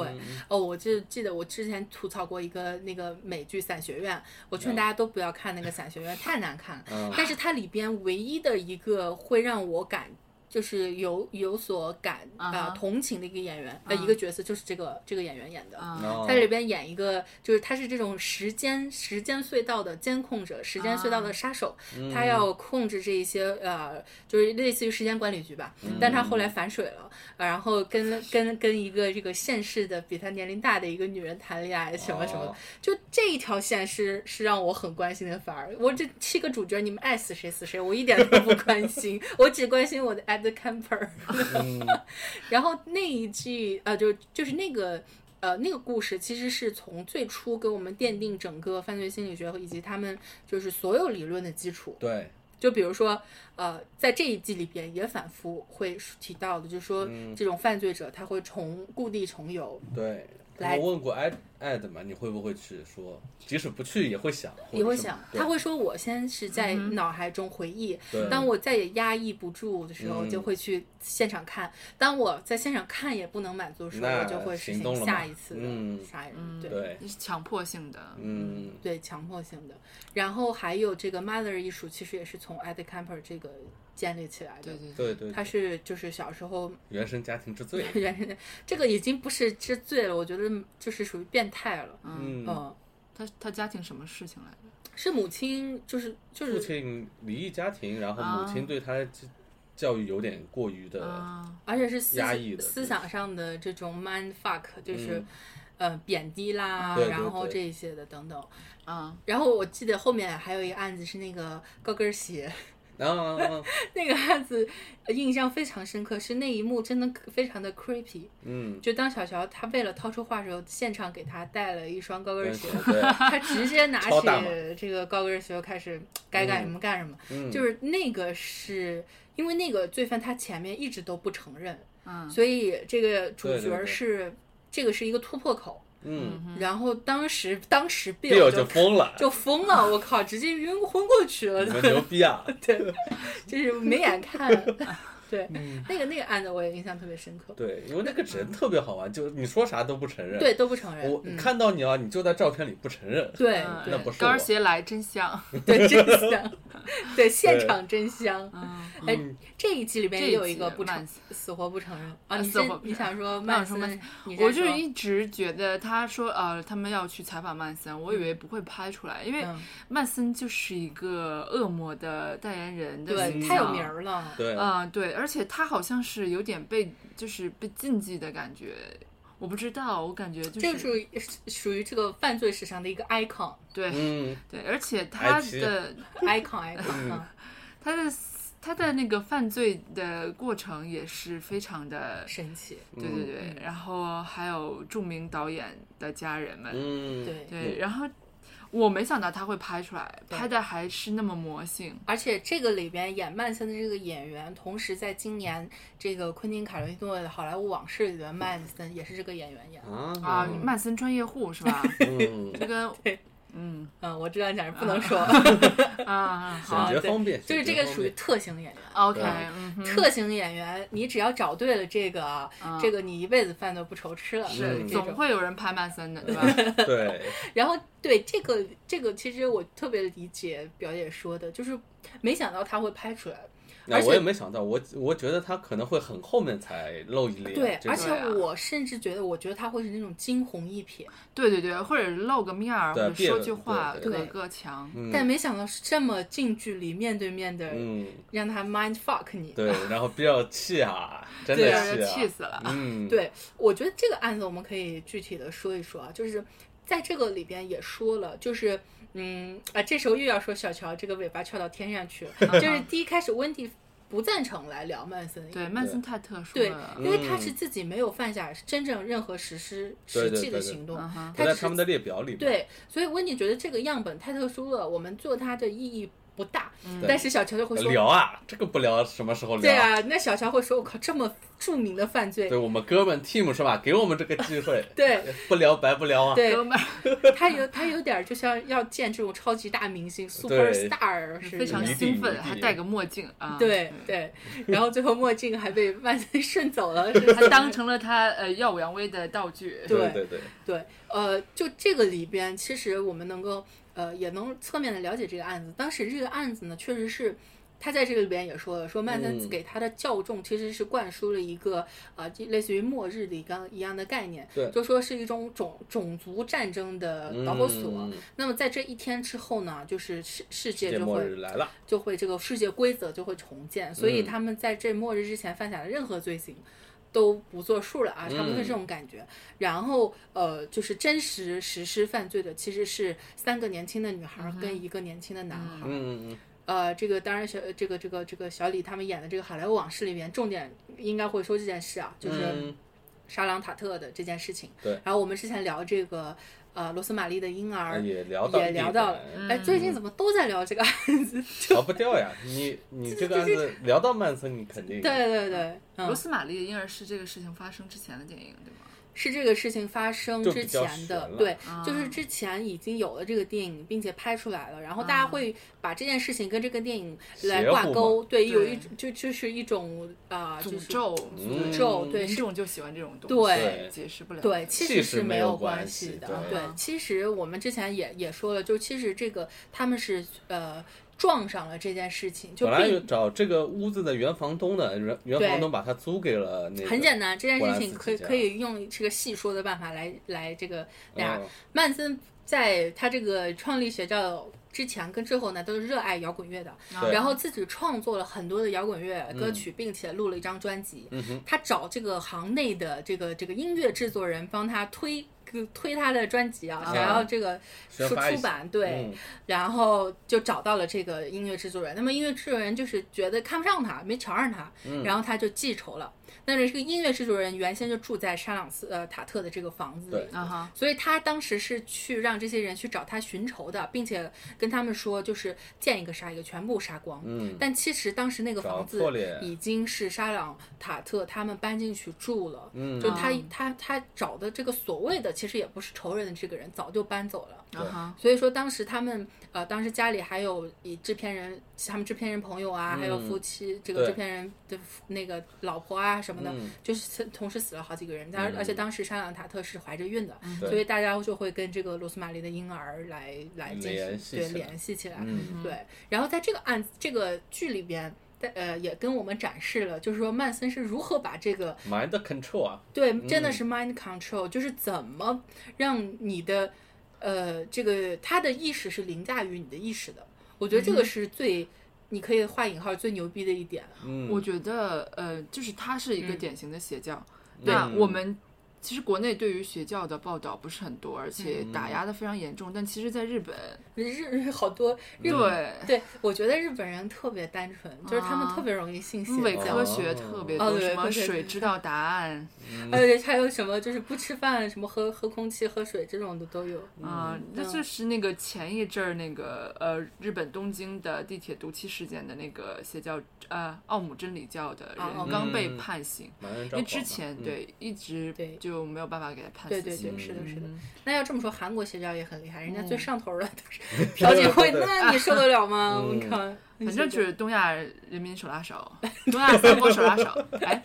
Speaker 1: 哦，我就记得我之前吐槽过一个那个美剧《伞学院》，我劝大家都不要看那个《伞学院》，太难看了。
Speaker 3: 嗯
Speaker 1: 但是它里边唯一的一个会让我感。就是有有所感
Speaker 2: 啊
Speaker 1: 呃
Speaker 2: 哈
Speaker 1: 同情的一个演员呃一个角色就是这个这个演员演的，
Speaker 2: 啊，
Speaker 3: 哦
Speaker 1: 他在里边演一个就是他是这种时间时间隧道的监控者，时间隧道的杀手，
Speaker 3: 嗯
Speaker 1: 他要控制这一些呃，就是类似于时间管理局吧。但他后来反水了，呃然后跟跟跟一个这个现世的比他年龄大的一个女人谈恋爱，什么什么的
Speaker 3: 哦，
Speaker 1: 就这一条线是是让我很关心的。反而我这七个主角，你们爱死谁死谁，我一点都不关心，我只关心我的 Ed Kemper。然 后那一季呃，就就是那个。呃，那个故事其实是从最初给我们奠定整个犯罪心理学和以及他们就是所有理论的基础。
Speaker 3: 对，
Speaker 1: 就比如说，呃，在这一季里边也反复会提到的，就是说
Speaker 3: 嗯
Speaker 1: 这种犯罪者他会重故地重游，
Speaker 3: 对，
Speaker 1: 来
Speaker 3: 我问过艾艾德嘛，你会不会去说，即使不去也会想，
Speaker 1: 也
Speaker 3: 或
Speaker 1: 会
Speaker 3: 者是
Speaker 1: 想，
Speaker 3: 对
Speaker 1: 他会说我先是在脑海中回忆，
Speaker 3: 对
Speaker 1: 当我再也压抑不住的时候，
Speaker 3: 嗯
Speaker 1: 就会去现场看。当我在现场看也不能满足的时候，
Speaker 3: 那
Speaker 1: 我就会实
Speaker 3: 行动
Speaker 1: 行
Speaker 3: 了
Speaker 1: 下
Speaker 3: 嘛
Speaker 1: 一次
Speaker 3: 嗯
Speaker 1: 的杀人。对。
Speaker 3: 对，
Speaker 2: 是强迫性的，
Speaker 3: 嗯，
Speaker 1: 对，强迫性的。然后还有这个 mother 艺术，其实也是从 Ed Kemper 这个建立起来的
Speaker 2: 对。对对，
Speaker 3: 对对，
Speaker 1: 他是就是小时候
Speaker 3: 原生家庭之最，
Speaker 1: 原生，这个已经不是之最了，我觉得就是属于变态了。
Speaker 2: 嗯，
Speaker 3: 嗯，
Speaker 1: 嗯，
Speaker 2: 他他家庭什么事情来着？
Speaker 1: 是母亲，就是就
Speaker 3: 父
Speaker 1: 是，
Speaker 3: 亲离异家庭，然后母
Speaker 2: 啊
Speaker 1: 哦
Speaker 3: 亲对他的教育有点过于的，
Speaker 2: 啊，
Speaker 1: 而且是思
Speaker 3: 压抑的
Speaker 1: 思想上的这种 mind fuck，就是、
Speaker 3: 嗯啊
Speaker 1: 呃贬低啦，
Speaker 3: 对对
Speaker 1: 然后
Speaker 3: 对
Speaker 1: 这一些的等等。
Speaker 2: 啊，
Speaker 1: 然后我记得后面还有一个案子是那个高跟鞋，
Speaker 3: 啊啊啊！
Speaker 1: 那个案子印象非常深刻，是那一幕真的非常的 creepy。
Speaker 3: 嗯，
Speaker 1: 就当小乔他为了掏出话的时候，现场给他带了一双高跟
Speaker 3: 对
Speaker 1: 鞋，
Speaker 3: 对，
Speaker 1: 他直接拿
Speaker 3: 超大码
Speaker 1: 起这个高跟鞋开始该干什么干什么。
Speaker 3: 嗯，
Speaker 1: 就是那个是因为那个罪犯他前面一直都不承认，
Speaker 2: 嗯
Speaker 1: 所以这个主
Speaker 3: 对对
Speaker 1: 角
Speaker 3: 对
Speaker 1: 是这个是一个突破口。
Speaker 3: 嗯，
Speaker 1: 然后当时当时 b
Speaker 3: 队友
Speaker 1: i
Speaker 3: 就
Speaker 1: 就
Speaker 3: 疯了，
Speaker 1: 就疯了，我靠，直接晕昏过去了
Speaker 3: 你，们牛逼啊！
Speaker 1: 对， 就是没眼看。 对，那个那个案子我也印象特别深刻，
Speaker 3: 对，因为那个人特别好玩，就是你说啥都不承认。
Speaker 1: 对，，都不承认，
Speaker 3: 我
Speaker 1: 嗯，
Speaker 3: 看到你啊了，你就在照片里不承认。
Speaker 1: 对
Speaker 2: 嗯
Speaker 3: 那不
Speaker 1: 对嗯
Speaker 3: 是
Speaker 2: 高
Speaker 3: 我
Speaker 2: 跟鞋来真香。
Speaker 1: 对，真香， 对，现场真香。
Speaker 2: 嗯，
Speaker 1: 哎
Speaker 3: 嗯，
Speaker 1: 这一集里面
Speaker 2: 这
Speaker 1: 也
Speaker 2: 一
Speaker 1: 有一
Speaker 2: 集
Speaker 1: 个不承
Speaker 2: 慢死
Speaker 1: 死活不承认啊，
Speaker 2: 啊
Speaker 1: 你
Speaker 2: 死
Speaker 1: 是
Speaker 2: 活不
Speaker 1: 你想说
Speaker 2: 我想
Speaker 1: 曼
Speaker 2: 说
Speaker 1: 森
Speaker 2: 曼森，
Speaker 1: 你先
Speaker 2: 我就是
Speaker 1: 说
Speaker 2: 一直觉得他说呃，他们要去采访曼森，我以为不会拍出来，因为
Speaker 1: 嗯
Speaker 2: 曼森就是一个恶魔的代言人的
Speaker 1: 对，
Speaker 2: 形
Speaker 1: 太有
Speaker 2: 象
Speaker 1: 名儿了，
Speaker 3: 对，
Speaker 2: 嗯、对，而且他好像是有点被就是被禁忌的感觉，我不知道，我感觉就是、
Speaker 1: 这个属于属于这个犯罪史上的一个 icon
Speaker 2: 对
Speaker 3: 嗯，
Speaker 2: 对，而且他
Speaker 3: IP
Speaker 2: 的
Speaker 1: icon icon 啊，
Speaker 2: 他的他的那个犯罪的过程也是非常的，
Speaker 1: 神奇，
Speaker 2: 对对对，然后还有著名导演的家人们，
Speaker 3: 嗯，
Speaker 1: 对。
Speaker 2: 对，然后我没想到他会拍出来，
Speaker 1: 对
Speaker 2: 拍的还是那么魔性，
Speaker 1: 而且这个里边演曼森的这个演员，同时在今年这个昆汀·凯伦诺的《好莱坞往事》里边，曼森也是这个演员演的。
Speaker 2: 啊，
Speaker 3: 啊，
Speaker 2: 曼森专业户是吧？
Speaker 3: 嗯，
Speaker 2: 这个
Speaker 1: 对，
Speaker 2: 嗯
Speaker 1: 嗯，我知道你讲什么，不能说，
Speaker 2: 啊啊好
Speaker 3: 选角方便，
Speaker 1: 就是这
Speaker 3: 选角
Speaker 1: 个
Speaker 3: 方
Speaker 1: 属于
Speaker 3: 便
Speaker 1: 特型演员。
Speaker 2: ，OK，
Speaker 3: 对
Speaker 2: 嗯哼，
Speaker 1: 特型演员，你只要找对了这个啊，
Speaker 2: 嗯
Speaker 1: 这个你一辈子饭都不愁吃了。
Speaker 3: 是
Speaker 1: 这
Speaker 2: 总
Speaker 1: 种。
Speaker 2: 会有人拍曼森的，对吧？
Speaker 3: 对，
Speaker 1: 然后对这个这个，其实我特别理解表姐说的，就是没想到他会拍出来。
Speaker 3: 那
Speaker 1: 而且
Speaker 3: 我也没想到，我我觉得他可能会很后面才露一脸，
Speaker 1: 对，
Speaker 3: 这
Speaker 1: 而
Speaker 3: 种
Speaker 1: 且
Speaker 2: 啊
Speaker 1: 我甚至觉得，我觉得他会是那种惊红一瞥，
Speaker 2: 对对对，或者露个面儿，
Speaker 3: 对
Speaker 2: 或者
Speaker 3: 别
Speaker 2: 说
Speaker 3: 的
Speaker 2: 句话，
Speaker 3: 对
Speaker 1: 对
Speaker 2: 隔
Speaker 1: 对
Speaker 2: 个墙。
Speaker 3: 嗯
Speaker 1: 但没想到是这么近距离面对面的，
Speaker 3: 嗯，
Speaker 1: 让他 mind fuck 你。
Speaker 3: 对，然后比较气啊，真
Speaker 1: 对
Speaker 3: 的
Speaker 2: 让人
Speaker 3: 啊，
Speaker 2: 气死了。
Speaker 3: 嗯，
Speaker 1: 对，我觉得这个案子我们可以具体的说一说啊，就是在这个里边也说了，就是嗯啊，这时候又要说小乔这个尾巴翘到天上去 了，就是第一开始温蒂不赞成来聊曼森。
Speaker 2: 对，曼森太特殊
Speaker 1: 对
Speaker 2: 了，。
Speaker 1: 因为他
Speaker 3: 嗯
Speaker 1: 是自己没有犯下真正任何实施实际的行动
Speaker 2: 嗯，哼，
Speaker 3: 不
Speaker 1: 他
Speaker 3: 在
Speaker 1: 只
Speaker 3: 他们的列表里嘛，
Speaker 1: 对，所以温蒂觉得这个样本太特殊了，我们做它的意义不大。但是小乔就会说，
Speaker 3: 嗯聊啊，这个不聊什么时候聊？
Speaker 1: 对啊，那小乔会说，我靠，这么著名的犯罪
Speaker 3: 对，，我们哥们 team 是吧？给我们这个机会，
Speaker 1: 对，
Speaker 3: 不聊白不聊啊。
Speaker 1: 对
Speaker 2: 哥，们儿
Speaker 1: 他有他有点儿就像要见这种超级大明星 super
Speaker 3: 对
Speaker 1: star 是
Speaker 2: 嗯非常
Speaker 3: 离地
Speaker 2: 兴
Speaker 3: 离
Speaker 2: 奋，
Speaker 3: 地
Speaker 2: 还戴个墨镜啊。
Speaker 1: 对对，然后最后墨镜还被万森 顺走了，
Speaker 2: 嗯，
Speaker 1: 是
Speaker 2: 他当成了他呃耀武扬威的道具。
Speaker 1: 对
Speaker 3: 对对，
Speaker 1: 对，呃，就这个里边，其实我们能够呃也能侧面的了解这个案子。当时这个案子呢，确实是。他在这个里边也说了，说曼森
Speaker 3: 嗯
Speaker 1: 给他的教众其实是灌输了一个呃，就类似于末日的一个一样的概念，
Speaker 3: 对
Speaker 1: 就说是一种种种族战争的导火索。那么在这一天之后呢，就是世世
Speaker 3: 嗯世界
Speaker 1: 界就
Speaker 3: 末
Speaker 1: 会
Speaker 3: 日来了，
Speaker 1: 就会这个世界规则就会重建，所以
Speaker 3: 嗯
Speaker 1: 他们在这末日之前犯下的任何罪行都不作数了啊，差不多是
Speaker 3: 嗯
Speaker 1: 这种感觉。然后呃，就是真实实施犯罪的其实是三个年轻的女孩儿跟一个年轻的男孩儿。
Speaker 3: 嗯嗯
Speaker 1: 呃，这个当然小这个这个这个小李他们演的这个《好莱坞往事》里面，重点应该会说这件事啊，就是。
Speaker 3: 嗯，
Speaker 1: 沙朗塔特的这件事情。
Speaker 3: 对
Speaker 1: 然后我们之前聊这个呃罗斯玛丽的婴
Speaker 3: 啊
Speaker 1: 儿，
Speaker 3: 也聊到
Speaker 1: 也
Speaker 3: 一
Speaker 1: 聊
Speaker 3: 点
Speaker 1: 到了。哎，最
Speaker 3: 嗯
Speaker 1: 近怎么都在聊这个案子？
Speaker 3: 逃不掉呀。你你这个案子聊到曼森，你肯 定
Speaker 1: 对对对，
Speaker 2: 罗
Speaker 1: 嗯，
Speaker 2: 斯玛丽的婴儿是这个事情发生之前的电影，对吗？
Speaker 1: 是这个事情发生
Speaker 3: 就
Speaker 1: 之
Speaker 3: 比较
Speaker 1: 前的
Speaker 3: 悬，了
Speaker 1: 对，
Speaker 2: 啊
Speaker 1: 就是之前已经有了这个电影，并且拍出来了，然后大家
Speaker 2: 啊
Speaker 1: 会把这件事情跟这个电影来
Speaker 3: 邪
Speaker 1: 挂
Speaker 3: 乎嘛
Speaker 1: 钩，对，有一
Speaker 2: 对
Speaker 1: 就就是一种啊，就
Speaker 2: 诅
Speaker 1: 是
Speaker 2: 咒，
Speaker 3: 嗯
Speaker 1: 诅咒，对，
Speaker 2: 民
Speaker 1: 是
Speaker 2: 众就喜欢这种东西，
Speaker 1: 对
Speaker 2: 解释不了。
Speaker 1: 对，其
Speaker 3: 气
Speaker 1: 实
Speaker 3: 势
Speaker 1: 是
Speaker 3: 没
Speaker 1: 没
Speaker 3: 有
Speaker 1: 有
Speaker 3: 关
Speaker 1: 关
Speaker 3: 系
Speaker 1: 系的。
Speaker 3: 对
Speaker 1: 对
Speaker 2: 啊，
Speaker 1: 其实我们之前也也说了，就其实这个他们是呃撞上了这件事情，就
Speaker 3: 本来有
Speaker 1: 并
Speaker 3: 找这个屋子的原房东的，原原房东把它租给了那个，
Speaker 1: 很简单，这件
Speaker 3: 果
Speaker 1: 事
Speaker 3: 然
Speaker 1: 情
Speaker 3: 自
Speaker 1: 可以
Speaker 3: 己家
Speaker 1: 可以用这个细说的办法来来这个大家
Speaker 3: 嗯
Speaker 1: 曼森在他这个创立邪教之前跟之后呢，都是热爱摇滚乐的，
Speaker 2: 啊
Speaker 3: 对嗯
Speaker 1: 然后自己创作了很多的摇滚乐歌曲，并且录了一张专辑。他找这个行内的这个这个音乐制作人帮他推推他的专辑啊，
Speaker 3: 啊
Speaker 1: 想要这个
Speaker 3: 想
Speaker 1: 出
Speaker 3: 发一嗯
Speaker 1: 出版，对，然后就找到了这个音乐制作人。那么音乐制作人就是觉得看不上他，没瞧上他，
Speaker 3: 嗯
Speaker 1: 然后他就记仇了。但是这个音乐制作人原先就住在沙朗斯呃塔特的这个房子里
Speaker 3: 对，
Speaker 2: 啊哈，
Speaker 1: 所以他当时是去让这些人去找他寻仇的，并且跟他们说，就是见一个杀一个，全部杀光。
Speaker 3: 嗯，
Speaker 1: 但其实当时那个
Speaker 3: 找
Speaker 1: 房子
Speaker 3: 错脸
Speaker 1: 已经是沙朗塔特他们搬进去住了，
Speaker 3: 嗯
Speaker 1: 就他
Speaker 2: 嗯
Speaker 1: 他他找的这个所谓的其实也不是仇人的这个人早就搬走了。
Speaker 2: 啊哈，
Speaker 1: 所以说，当时他们呃，当时家里还有以制片人，他们制片人朋友啊，
Speaker 3: 嗯
Speaker 1: 还有夫妻，这个
Speaker 3: 对
Speaker 1: 制片人的那个老婆啊什么的，
Speaker 3: 嗯
Speaker 1: 就是同时死了好几个人。但、
Speaker 3: 嗯
Speaker 1: 而且当时沙朗塔特是怀着孕的，
Speaker 3: 对
Speaker 1: 所以大家就会跟这个罗斯玛丽的婴儿来来进
Speaker 3: 联
Speaker 1: 行
Speaker 3: 系
Speaker 1: 对
Speaker 3: 起来
Speaker 1: 联系起来。
Speaker 3: 嗯
Speaker 1: 对，然后在这个案这个剧里边。但呃，也跟我们展示了，就是说曼森是如何把这个
Speaker 3: ，mind control 啊，
Speaker 1: 对，
Speaker 2: 嗯
Speaker 1: 真的是 mind control，、就是怎么让你的呃这个他的意识是凌驾于你的意识的。我觉得这
Speaker 2: 嗯
Speaker 1: 个是最、你可以画引号最牛逼的一点。
Speaker 3: 嗯，
Speaker 2: 我觉得呃，就是它是一个
Speaker 1: 嗯
Speaker 2: 典型的邪教。
Speaker 3: 嗯
Speaker 2: 那我们其实国内对于邪教的报道不是很多，而且打压的非常严重。但其实，在日本，
Speaker 1: 嗯日好多日本
Speaker 2: 对
Speaker 1: 对，我觉得日本人特别单纯，就是他们
Speaker 2: 啊
Speaker 1: 特别容易信邪
Speaker 2: 伪
Speaker 1: 教
Speaker 2: 科。学特别
Speaker 1: 哦
Speaker 2: 多，
Speaker 1: 对
Speaker 2: 什么
Speaker 1: 科学
Speaker 2: 水知道答案
Speaker 3: 嗯
Speaker 1: 而且呃还有什么就是不吃饭，什么喝喝空气、喝水这种的都有。
Speaker 2: 啊，那就是那个前一阵儿那个呃，日本东京的地铁毒气事件的那个邪教呃奥姆真理教的
Speaker 1: 啊
Speaker 2: 人
Speaker 1: 嗯
Speaker 2: 刚被判刑，
Speaker 3: 蛮人
Speaker 2: 因
Speaker 3: 张
Speaker 2: 为
Speaker 3: 狂
Speaker 2: 之
Speaker 3: 嘛
Speaker 2: 前
Speaker 3: 嗯
Speaker 2: 对一直
Speaker 1: 对
Speaker 2: 就没有办法给他判
Speaker 1: 对
Speaker 2: 死
Speaker 1: 对对，
Speaker 2: 刑。
Speaker 1: 是的，是的
Speaker 2: 嗯。
Speaker 1: 那要这么说，韩国邪教也很厉害，人家最
Speaker 2: 嗯
Speaker 1: 上头的都 是朴槿惠，
Speaker 3: 对对
Speaker 1: 那你受得了吗？我
Speaker 3: 嗯
Speaker 1: 靠，反
Speaker 2: 反正就是东亚人民手拉手，东亚三国手拉手。哎，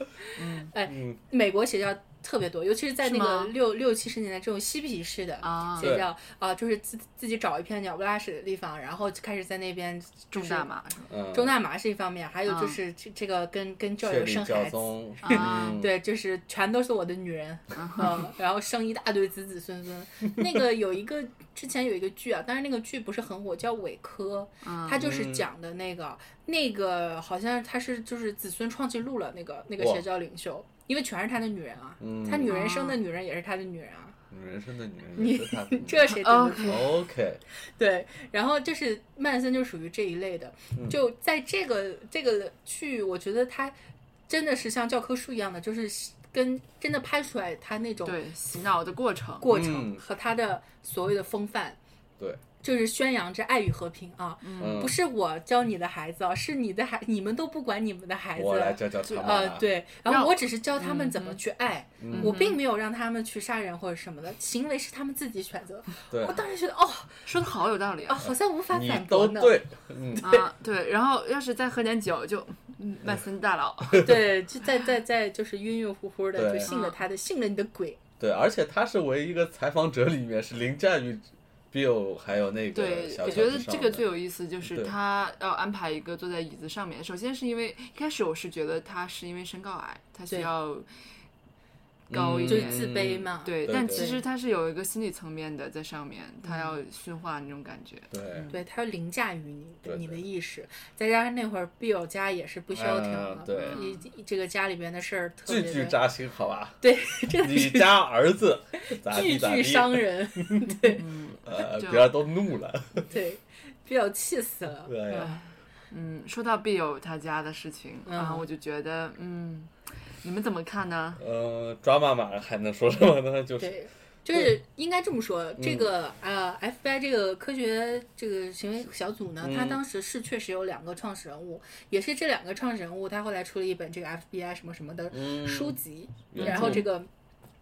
Speaker 3: 嗯
Speaker 1: 美国邪教特别多，尤其是在
Speaker 2: 是
Speaker 1: 那个
Speaker 2: 吗
Speaker 1: 六六七十年代这种嬉皮士的
Speaker 2: 啊
Speaker 1: 邪教啊、就是自自己找一片鸟不拉屎的地方，然后就开始在那边
Speaker 2: 种大，麻是吧？
Speaker 3: 嗯，
Speaker 1: 种大麻是一方面，还有就
Speaker 2: 啊
Speaker 1: 是这、这个跟跟教
Speaker 3: 确
Speaker 1: 友
Speaker 3: 立
Speaker 1: 生
Speaker 3: 教
Speaker 1: 孩子。
Speaker 3: 宗，
Speaker 2: 啊
Speaker 3: 嗯，
Speaker 1: 对，就是全都是我的女人， 嗯，然后生一大堆子子孙孙。那个有一个之前有一个剧啊，但是那个剧不是很火，叫《伪科》，
Speaker 2: 嗯
Speaker 1: 它
Speaker 3: 嗯
Speaker 1: 就是讲的那个那个好像他是就是子孙创纪录了，那个那个
Speaker 3: 哇
Speaker 1: 邪教领袖，因为全是他的女人啊，
Speaker 3: 嗯
Speaker 1: 他女人生的女人也是他的女人啊，
Speaker 3: 女人生的女人，
Speaker 1: 你
Speaker 3: 也 是她的女
Speaker 1: 这
Speaker 3: 人
Speaker 1: 谁
Speaker 2: 哦
Speaker 1: 对 得住？
Speaker 3: OK，
Speaker 1: 对，然后就是曼森就属于这一类的，
Speaker 3: 嗯
Speaker 1: 就在这个这个剧，我觉得他真的是像教科书一样的，就是跟真的拍出来他那种
Speaker 2: 对，洗脑的过程。
Speaker 1: 过程
Speaker 3: 嗯
Speaker 1: 和他的所谓的风范，
Speaker 3: 对，
Speaker 1: 就是宣扬着爱与和平啊，
Speaker 3: 嗯
Speaker 1: 不，是我教你的孩子啊，是你的孩，你们都不管你们的孩子
Speaker 3: 嗯我来
Speaker 1: 了。
Speaker 3: 教教他们
Speaker 1: 呃，
Speaker 3: 啊，
Speaker 1: 对，然
Speaker 2: 让
Speaker 1: 后我只是教他们怎么去爱，
Speaker 3: 嗯
Speaker 1: 我并没有让他们去杀人或者什么的，行为是他们自己选择。
Speaker 3: 对
Speaker 1: 我，当时觉得，哦
Speaker 2: 说的好有道理
Speaker 1: 啊，
Speaker 2: 啊！
Speaker 1: 好像无法
Speaker 3: 你
Speaker 1: 反
Speaker 3: 都
Speaker 1: 驳呢。
Speaker 3: 对，嗯，
Speaker 2: 啊，对，然后要是再喝点酒，就嗯曼森大佬，
Speaker 1: 对，就在在在就是晕晕乎乎的，
Speaker 3: 对
Speaker 1: 就信了他的，信了你的鬼。
Speaker 3: 对，而且他是唯一一个采访者里面是凌驾于 Bill 还有那个
Speaker 2: 对，
Speaker 3: 小
Speaker 2: 我
Speaker 3: 乔
Speaker 2: 觉
Speaker 3: 之
Speaker 2: 得
Speaker 3: 上
Speaker 2: 这个
Speaker 3: 的
Speaker 2: 最有意思，就是
Speaker 3: 对
Speaker 2: 他要安排一个坐在椅子上面。首先是因为一开始我是觉得他是因为身高矮，他需
Speaker 1: 对
Speaker 2: 要高一
Speaker 3: 嗯
Speaker 1: 就是
Speaker 2: 点。
Speaker 1: 自卑嘛，
Speaker 2: 对，
Speaker 3: 对
Speaker 2: 但
Speaker 3: 对嗯
Speaker 2: 其实他是有一个心理层面的在上面，他要驯化那种感觉。
Speaker 3: 对，
Speaker 1: 对，他要凌驾于你
Speaker 3: 对对
Speaker 1: 你的意识，再加上那会儿 Bill 家也是不消停了
Speaker 3: 嗯，对
Speaker 1: 一一这个家里边的事儿特
Speaker 3: 句
Speaker 1: 别
Speaker 3: 句
Speaker 1: 的
Speaker 3: 扎心，好吧？
Speaker 1: 对，真的
Speaker 3: 你
Speaker 1: 是
Speaker 3: 家儿子咋地
Speaker 1: 句
Speaker 3: 咋
Speaker 1: 句
Speaker 3: 地，
Speaker 1: 伤人，
Speaker 3: 呃，
Speaker 2: 就
Speaker 3: 别人都怒了，
Speaker 1: 对，Bill 气死 了，
Speaker 3: 对
Speaker 1: 嗯
Speaker 2: 嗯，说到 Bill 他家的事情，
Speaker 1: 嗯
Speaker 2: 然后我就觉得，嗯，你们怎么看呢？
Speaker 3: 呃，抓妈妈还能说什么呢？就是
Speaker 1: 嗯
Speaker 3: 嗯
Speaker 1: 对。就是应该这么说，这个呃，FBI 这个科学这个行为小组呢，它
Speaker 3: 嗯
Speaker 1: 当时是确实有两个创始人物，也是这两个创始人物，他后来出了一本这个 FBI 什么什么的
Speaker 3: 嗯
Speaker 1: 书籍，
Speaker 3: 原
Speaker 1: 然后
Speaker 3: 著
Speaker 1: 这个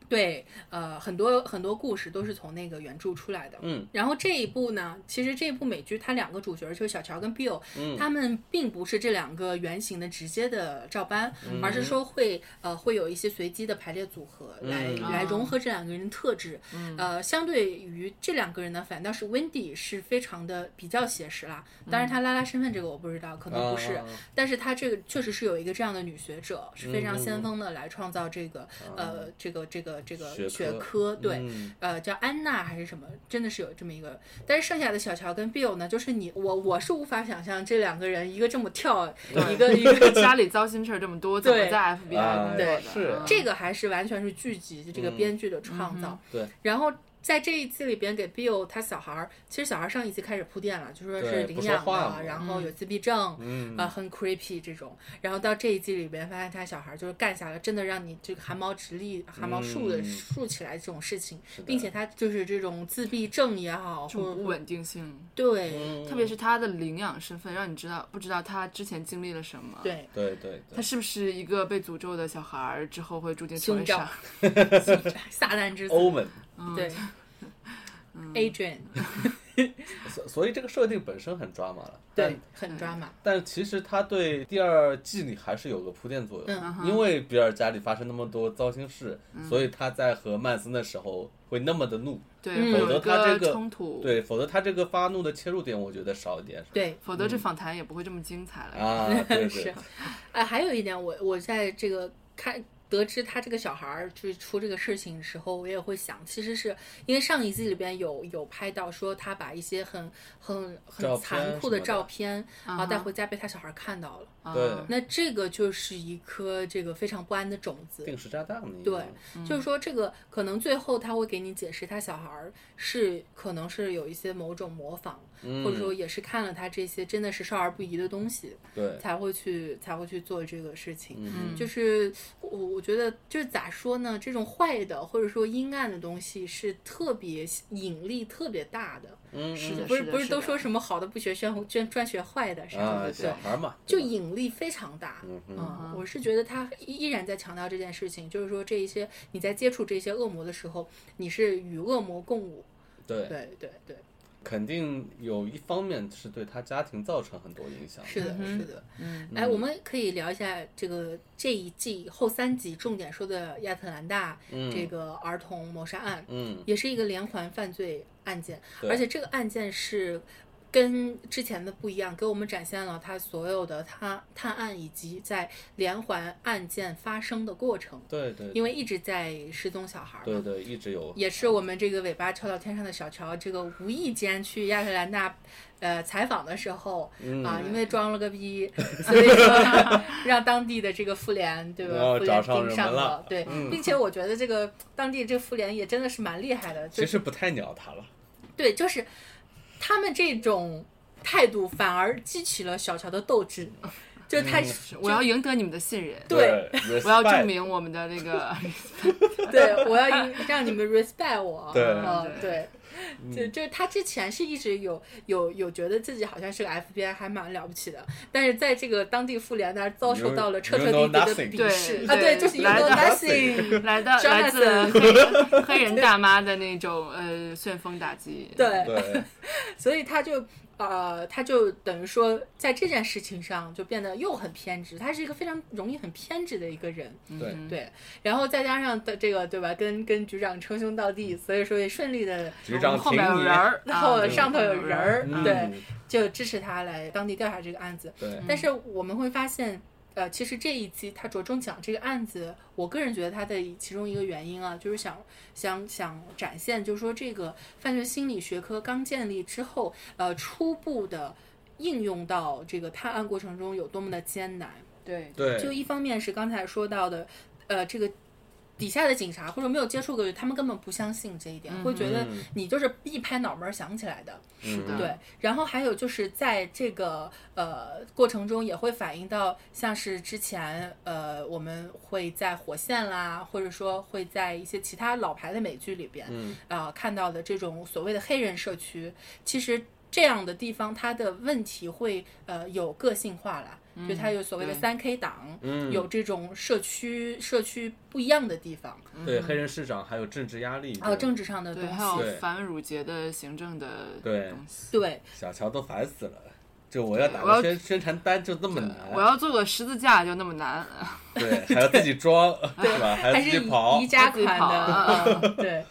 Speaker 1: 对呃很多很多故事都是从那个原著出来的。
Speaker 3: 嗯，
Speaker 1: 然后这一部呢，其实这一部美剧它两个主角就是小乔跟 Bill，、他
Speaker 3: 嗯
Speaker 1: 们并不是这两个原型的直接的照搬，
Speaker 3: 嗯
Speaker 1: 而是说会呃会有一些随机的排列组合来、
Speaker 3: 嗯
Speaker 1: 来融合这两个人的特质。呃，相对于这两个人呢，反倒是 Wendy 是非常的比较写实啦。当然，她拉拉身份这个我不知道，可能不是。
Speaker 3: 啊
Speaker 1: 但是她这个确实是有一个这样的女学者，是非常
Speaker 3: 嗯嗯
Speaker 1: 先
Speaker 3: 嗯
Speaker 1: 锋的来创造这个、呃这个这个个这个
Speaker 3: 学科
Speaker 1: 学科，对，
Speaker 3: 嗯
Speaker 1: 呃，叫安娜还是什么，真的是有这么一个。但是剩下的小乔跟 Bill 呢，就是你我我是无法想象这两个人一个这么跳，一 个一个。
Speaker 2: 家里糟心事儿这么多，怎么
Speaker 1: 对
Speaker 2: 在 FBI
Speaker 3: 啊
Speaker 2: 工作的？
Speaker 3: 是
Speaker 2: 嗯
Speaker 1: 这个还是完全是剧集这个
Speaker 3: 嗯
Speaker 1: 编剧的创造。
Speaker 3: 对，
Speaker 1: 然后在这一季里边给 Bill 他小孩儿，其实小孩儿上一季开始铺垫了，就说
Speaker 3: 对
Speaker 1: 是
Speaker 3: 不
Speaker 1: 领
Speaker 3: 说
Speaker 1: 养
Speaker 3: 话嘛
Speaker 1: 的，然后有自闭症，
Speaker 3: 嗯
Speaker 1: 呃，很 creepy 这种。然后到这一季里边，发现他小孩儿就是干下了真的让你这个汗毛直立、汗毛竖的
Speaker 3: 嗯
Speaker 1: 竖起来这种事情，
Speaker 3: 是的
Speaker 1: 并且他就是这种自闭症也好，
Speaker 2: 这种
Speaker 1: 或
Speaker 2: 不
Speaker 1: 者
Speaker 2: 稳定性，
Speaker 1: 对。
Speaker 3: 嗯
Speaker 2: 特别是他的领养身份，让你知道不知道他之前经历了什么。
Speaker 1: 对，
Speaker 3: 对对
Speaker 2: 他
Speaker 3: 对，
Speaker 2: 是不是一个被诅咒的小孩儿，之后会注定成
Speaker 1: 凶
Speaker 2: 为
Speaker 1: 兆
Speaker 2: 傻？，
Speaker 1: 撒旦之子，
Speaker 3: 欧文，
Speaker 1: 对，Adrian，
Speaker 3: 嗯所所以这个设定本身很抓马了，但
Speaker 1: 对，很抓马，
Speaker 3: 但其实它对第二季里还是有个铺垫作用，
Speaker 1: 嗯
Speaker 3: 因为比尔家里发生那么多糟心事，所以他在和曼森的时候会那么的怒，
Speaker 2: 对，
Speaker 1: 嗯
Speaker 2: 会
Speaker 3: 否
Speaker 2: 有
Speaker 3: 则
Speaker 2: 一
Speaker 3: 他这个
Speaker 2: 冲突，
Speaker 3: 对，否则他这个发怒的切入点我觉得少一点
Speaker 1: 对。
Speaker 2: 否则这访谈也不会这么精彩了。
Speaker 3: 嗯啊，对
Speaker 1: 是
Speaker 3: 对，
Speaker 1: 哎，还有一点，我我在这个看得知他这个小孩儿就是出这个事情的时候，我也会想，其实是因为上一季里边有有拍到说他把一些很很
Speaker 3: 照
Speaker 1: 很
Speaker 3: 片
Speaker 1: 残酷
Speaker 3: 什么的
Speaker 1: 照片啊
Speaker 2: 哈
Speaker 1: 带回家被他小孩看到了，
Speaker 3: 对
Speaker 2: 啊
Speaker 1: 那这个就是一颗这个非常不安的种子。
Speaker 3: 定时炸弹的一
Speaker 1: 对
Speaker 3: 个，
Speaker 2: 嗯
Speaker 1: 就是说这个可能最后他会给你解释，他小孩儿是可能是有一些某种模仿，
Speaker 3: 嗯
Speaker 1: 或者说也是看了他这些真的是少儿不宜的东西，
Speaker 3: 对，
Speaker 1: 才会去才会去做这个事情。
Speaker 3: 嗯
Speaker 1: 就是我我觉得就是咋说呢，这种坏的或者说阴暗的东西是特别引力特别大的，
Speaker 3: 嗯
Speaker 2: 是的
Speaker 1: 不是不
Speaker 2: 是
Speaker 1: 是都
Speaker 2: 的
Speaker 1: 说什么好的不学专专专学坏的啥
Speaker 3: 啊，
Speaker 1: 的，
Speaker 3: 小
Speaker 1: 对，
Speaker 3: 孩嘛，
Speaker 1: 就
Speaker 3: 对吧
Speaker 1: 引力非常大。
Speaker 3: 嗯哼
Speaker 1: 嗯，我是觉得他依依然在强调这件事情，就是说这一些你在接触这些恶魔的时候，你是与恶魔共舞。
Speaker 3: 对，
Speaker 1: 对对对，
Speaker 3: 肯定有一方面是对他家庭造成很多影响，
Speaker 1: 是的，
Speaker 2: 嗯
Speaker 1: 是的。
Speaker 2: 嗯，
Speaker 1: 哎，我们可以聊一下这个这一季后三集重点说的亚特兰大
Speaker 3: 嗯
Speaker 1: 这个儿童谋杀案，
Speaker 3: 嗯，
Speaker 1: 也是一个连环犯罪案件，
Speaker 3: 对
Speaker 1: 而且这个案件是。跟之前的不一样，给我们展现了他所有的他探案以及在连环案件发生的过程。
Speaker 3: 对对
Speaker 1: 因为一直在失踪小孩儿嘛。
Speaker 3: 对对，一直有，
Speaker 1: 也是我们这个尾巴翘到天上的小乔，这个无意间去亚特兰大，呃，采访的时候、
Speaker 3: 嗯
Speaker 1: 啊，因为装了个逼， 所以说让当地的这个妇联对吧，
Speaker 3: 哦
Speaker 1: 妇
Speaker 3: 找
Speaker 1: 联
Speaker 3: 上
Speaker 1: 盯
Speaker 3: 人
Speaker 1: 上
Speaker 3: 们了嗯
Speaker 1: 对，并且我觉得这个当地这个妇联也真的是蛮厉害的，就
Speaker 3: 其
Speaker 1: 是
Speaker 3: 实不太鸟他了，
Speaker 1: 对，就是他们这种态度反而激起了小乔的斗志，就他、就
Speaker 2: 嗯我要赢得你们的信任，
Speaker 1: 对，
Speaker 2: 我要
Speaker 3: respect
Speaker 2: 证明我们的那个
Speaker 1: 对，我要赢让你们 respect 我。
Speaker 3: 对
Speaker 1: 嗯，对，就就是他之前是一直有有有觉得自己好像是个 FBI，还蛮了不起的，但是在这个当地妇联那儿遭受到了彻彻底
Speaker 3: You- you
Speaker 1: 底
Speaker 3: know
Speaker 1: 的
Speaker 3: nothing
Speaker 1: 鄙视
Speaker 2: 对
Speaker 1: 啊，
Speaker 2: 对
Speaker 1: 对，就是 you
Speaker 2: 来
Speaker 1: know
Speaker 2: 的
Speaker 1: nothing。
Speaker 2: 来 的来自黑黑人 大妈的那种呃旋风打击。
Speaker 1: 对，
Speaker 3: 对，
Speaker 1: 所以他就呃，他就等于说在这件事情上就变得又很偏执，他是一个非常容易很偏执的一个人。
Speaker 3: 对
Speaker 2: 嗯
Speaker 1: 对，然后再加上的这个对吧，跟跟局长称兄道弟，
Speaker 3: 嗯
Speaker 1: 所以说也顺利的，
Speaker 3: 局长
Speaker 2: 后
Speaker 3: 挺
Speaker 2: 面有
Speaker 3: 你
Speaker 2: 人，儿，
Speaker 1: 然后
Speaker 2: 啊
Speaker 1: 上头有人儿，
Speaker 3: 嗯
Speaker 1: 对，就支持他来当地调查这个案子。
Speaker 3: 对，
Speaker 1: 但是我们会发现，呃，其实这一期他着重讲这个案子，我个人觉得他的其中一个原因啊，就是想想想展现，就是说这个犯罪心理学科刚建立之后，呃，初步的应用到这个探案过程中有多么的艰难。
Speaker 2: 对
Speaker 1: 就
Speaker 3: 对，
Speaker 1: 一方面是刚才说到的，呃，这个底下的警察或者没有接触过的，他们根本不相信这一点，会觉得
Speaker 3: 嗯
Speaker 1: 你就是一拍脑门儿想起来的。
Speaker 2: 是的，
Speaker 1: 对，然后还有就是在这个呃过程中，也会反映到像是之前呃我们会在《火线》啦，或者说会在一些其他老牌的美剧里边，
Speaker 3: 嗯
Speaker 1: 呃看到的这种所谓的黑人社区，其实这样的地方它的问题会呃有个性化啦，就它有所谓的
Speaker 2: 对
Speaker 1: 三 K 党，
Speaker 3: 嗯
Speaker 1: 有这种社区社区不一样的地方，
Speaker 3: 对黑人市长还有政治压力，
Speaker 1: 还有哦政治上的东
Speaker 2: 对，
Speaker 1: 西
Speaker 2: 还，有
Speaker 3: 对
Speaker 2: 反辱节的行政的
Speaker 3: 对
Speaker 2: 东西。
Speaker 1: 对
Speaker 3: 小乔都烦死了。就我要打
Speaker 2: 我要
Speaker 3: 个宣宣传单就那么
Speaker 2: 我
Speaker 3: 难，
Speaker 2: 要做个十字架就那么难，
Speaker 3: 对，还要自己 装，是吧？还要
Speaker 1: 还
Speaker 3: 自
Speaker 1: 是
Speaker 3: 己
Speaker 1: 宜
Speaker 3: 跑
Speaker 1: 宜，家
Speaker 2: 自己
Speaker 1: 款
Speaker 2: 跑
Speaker 1: 的，
Speaker 2: 啊
Speaker 1: 嗯，对。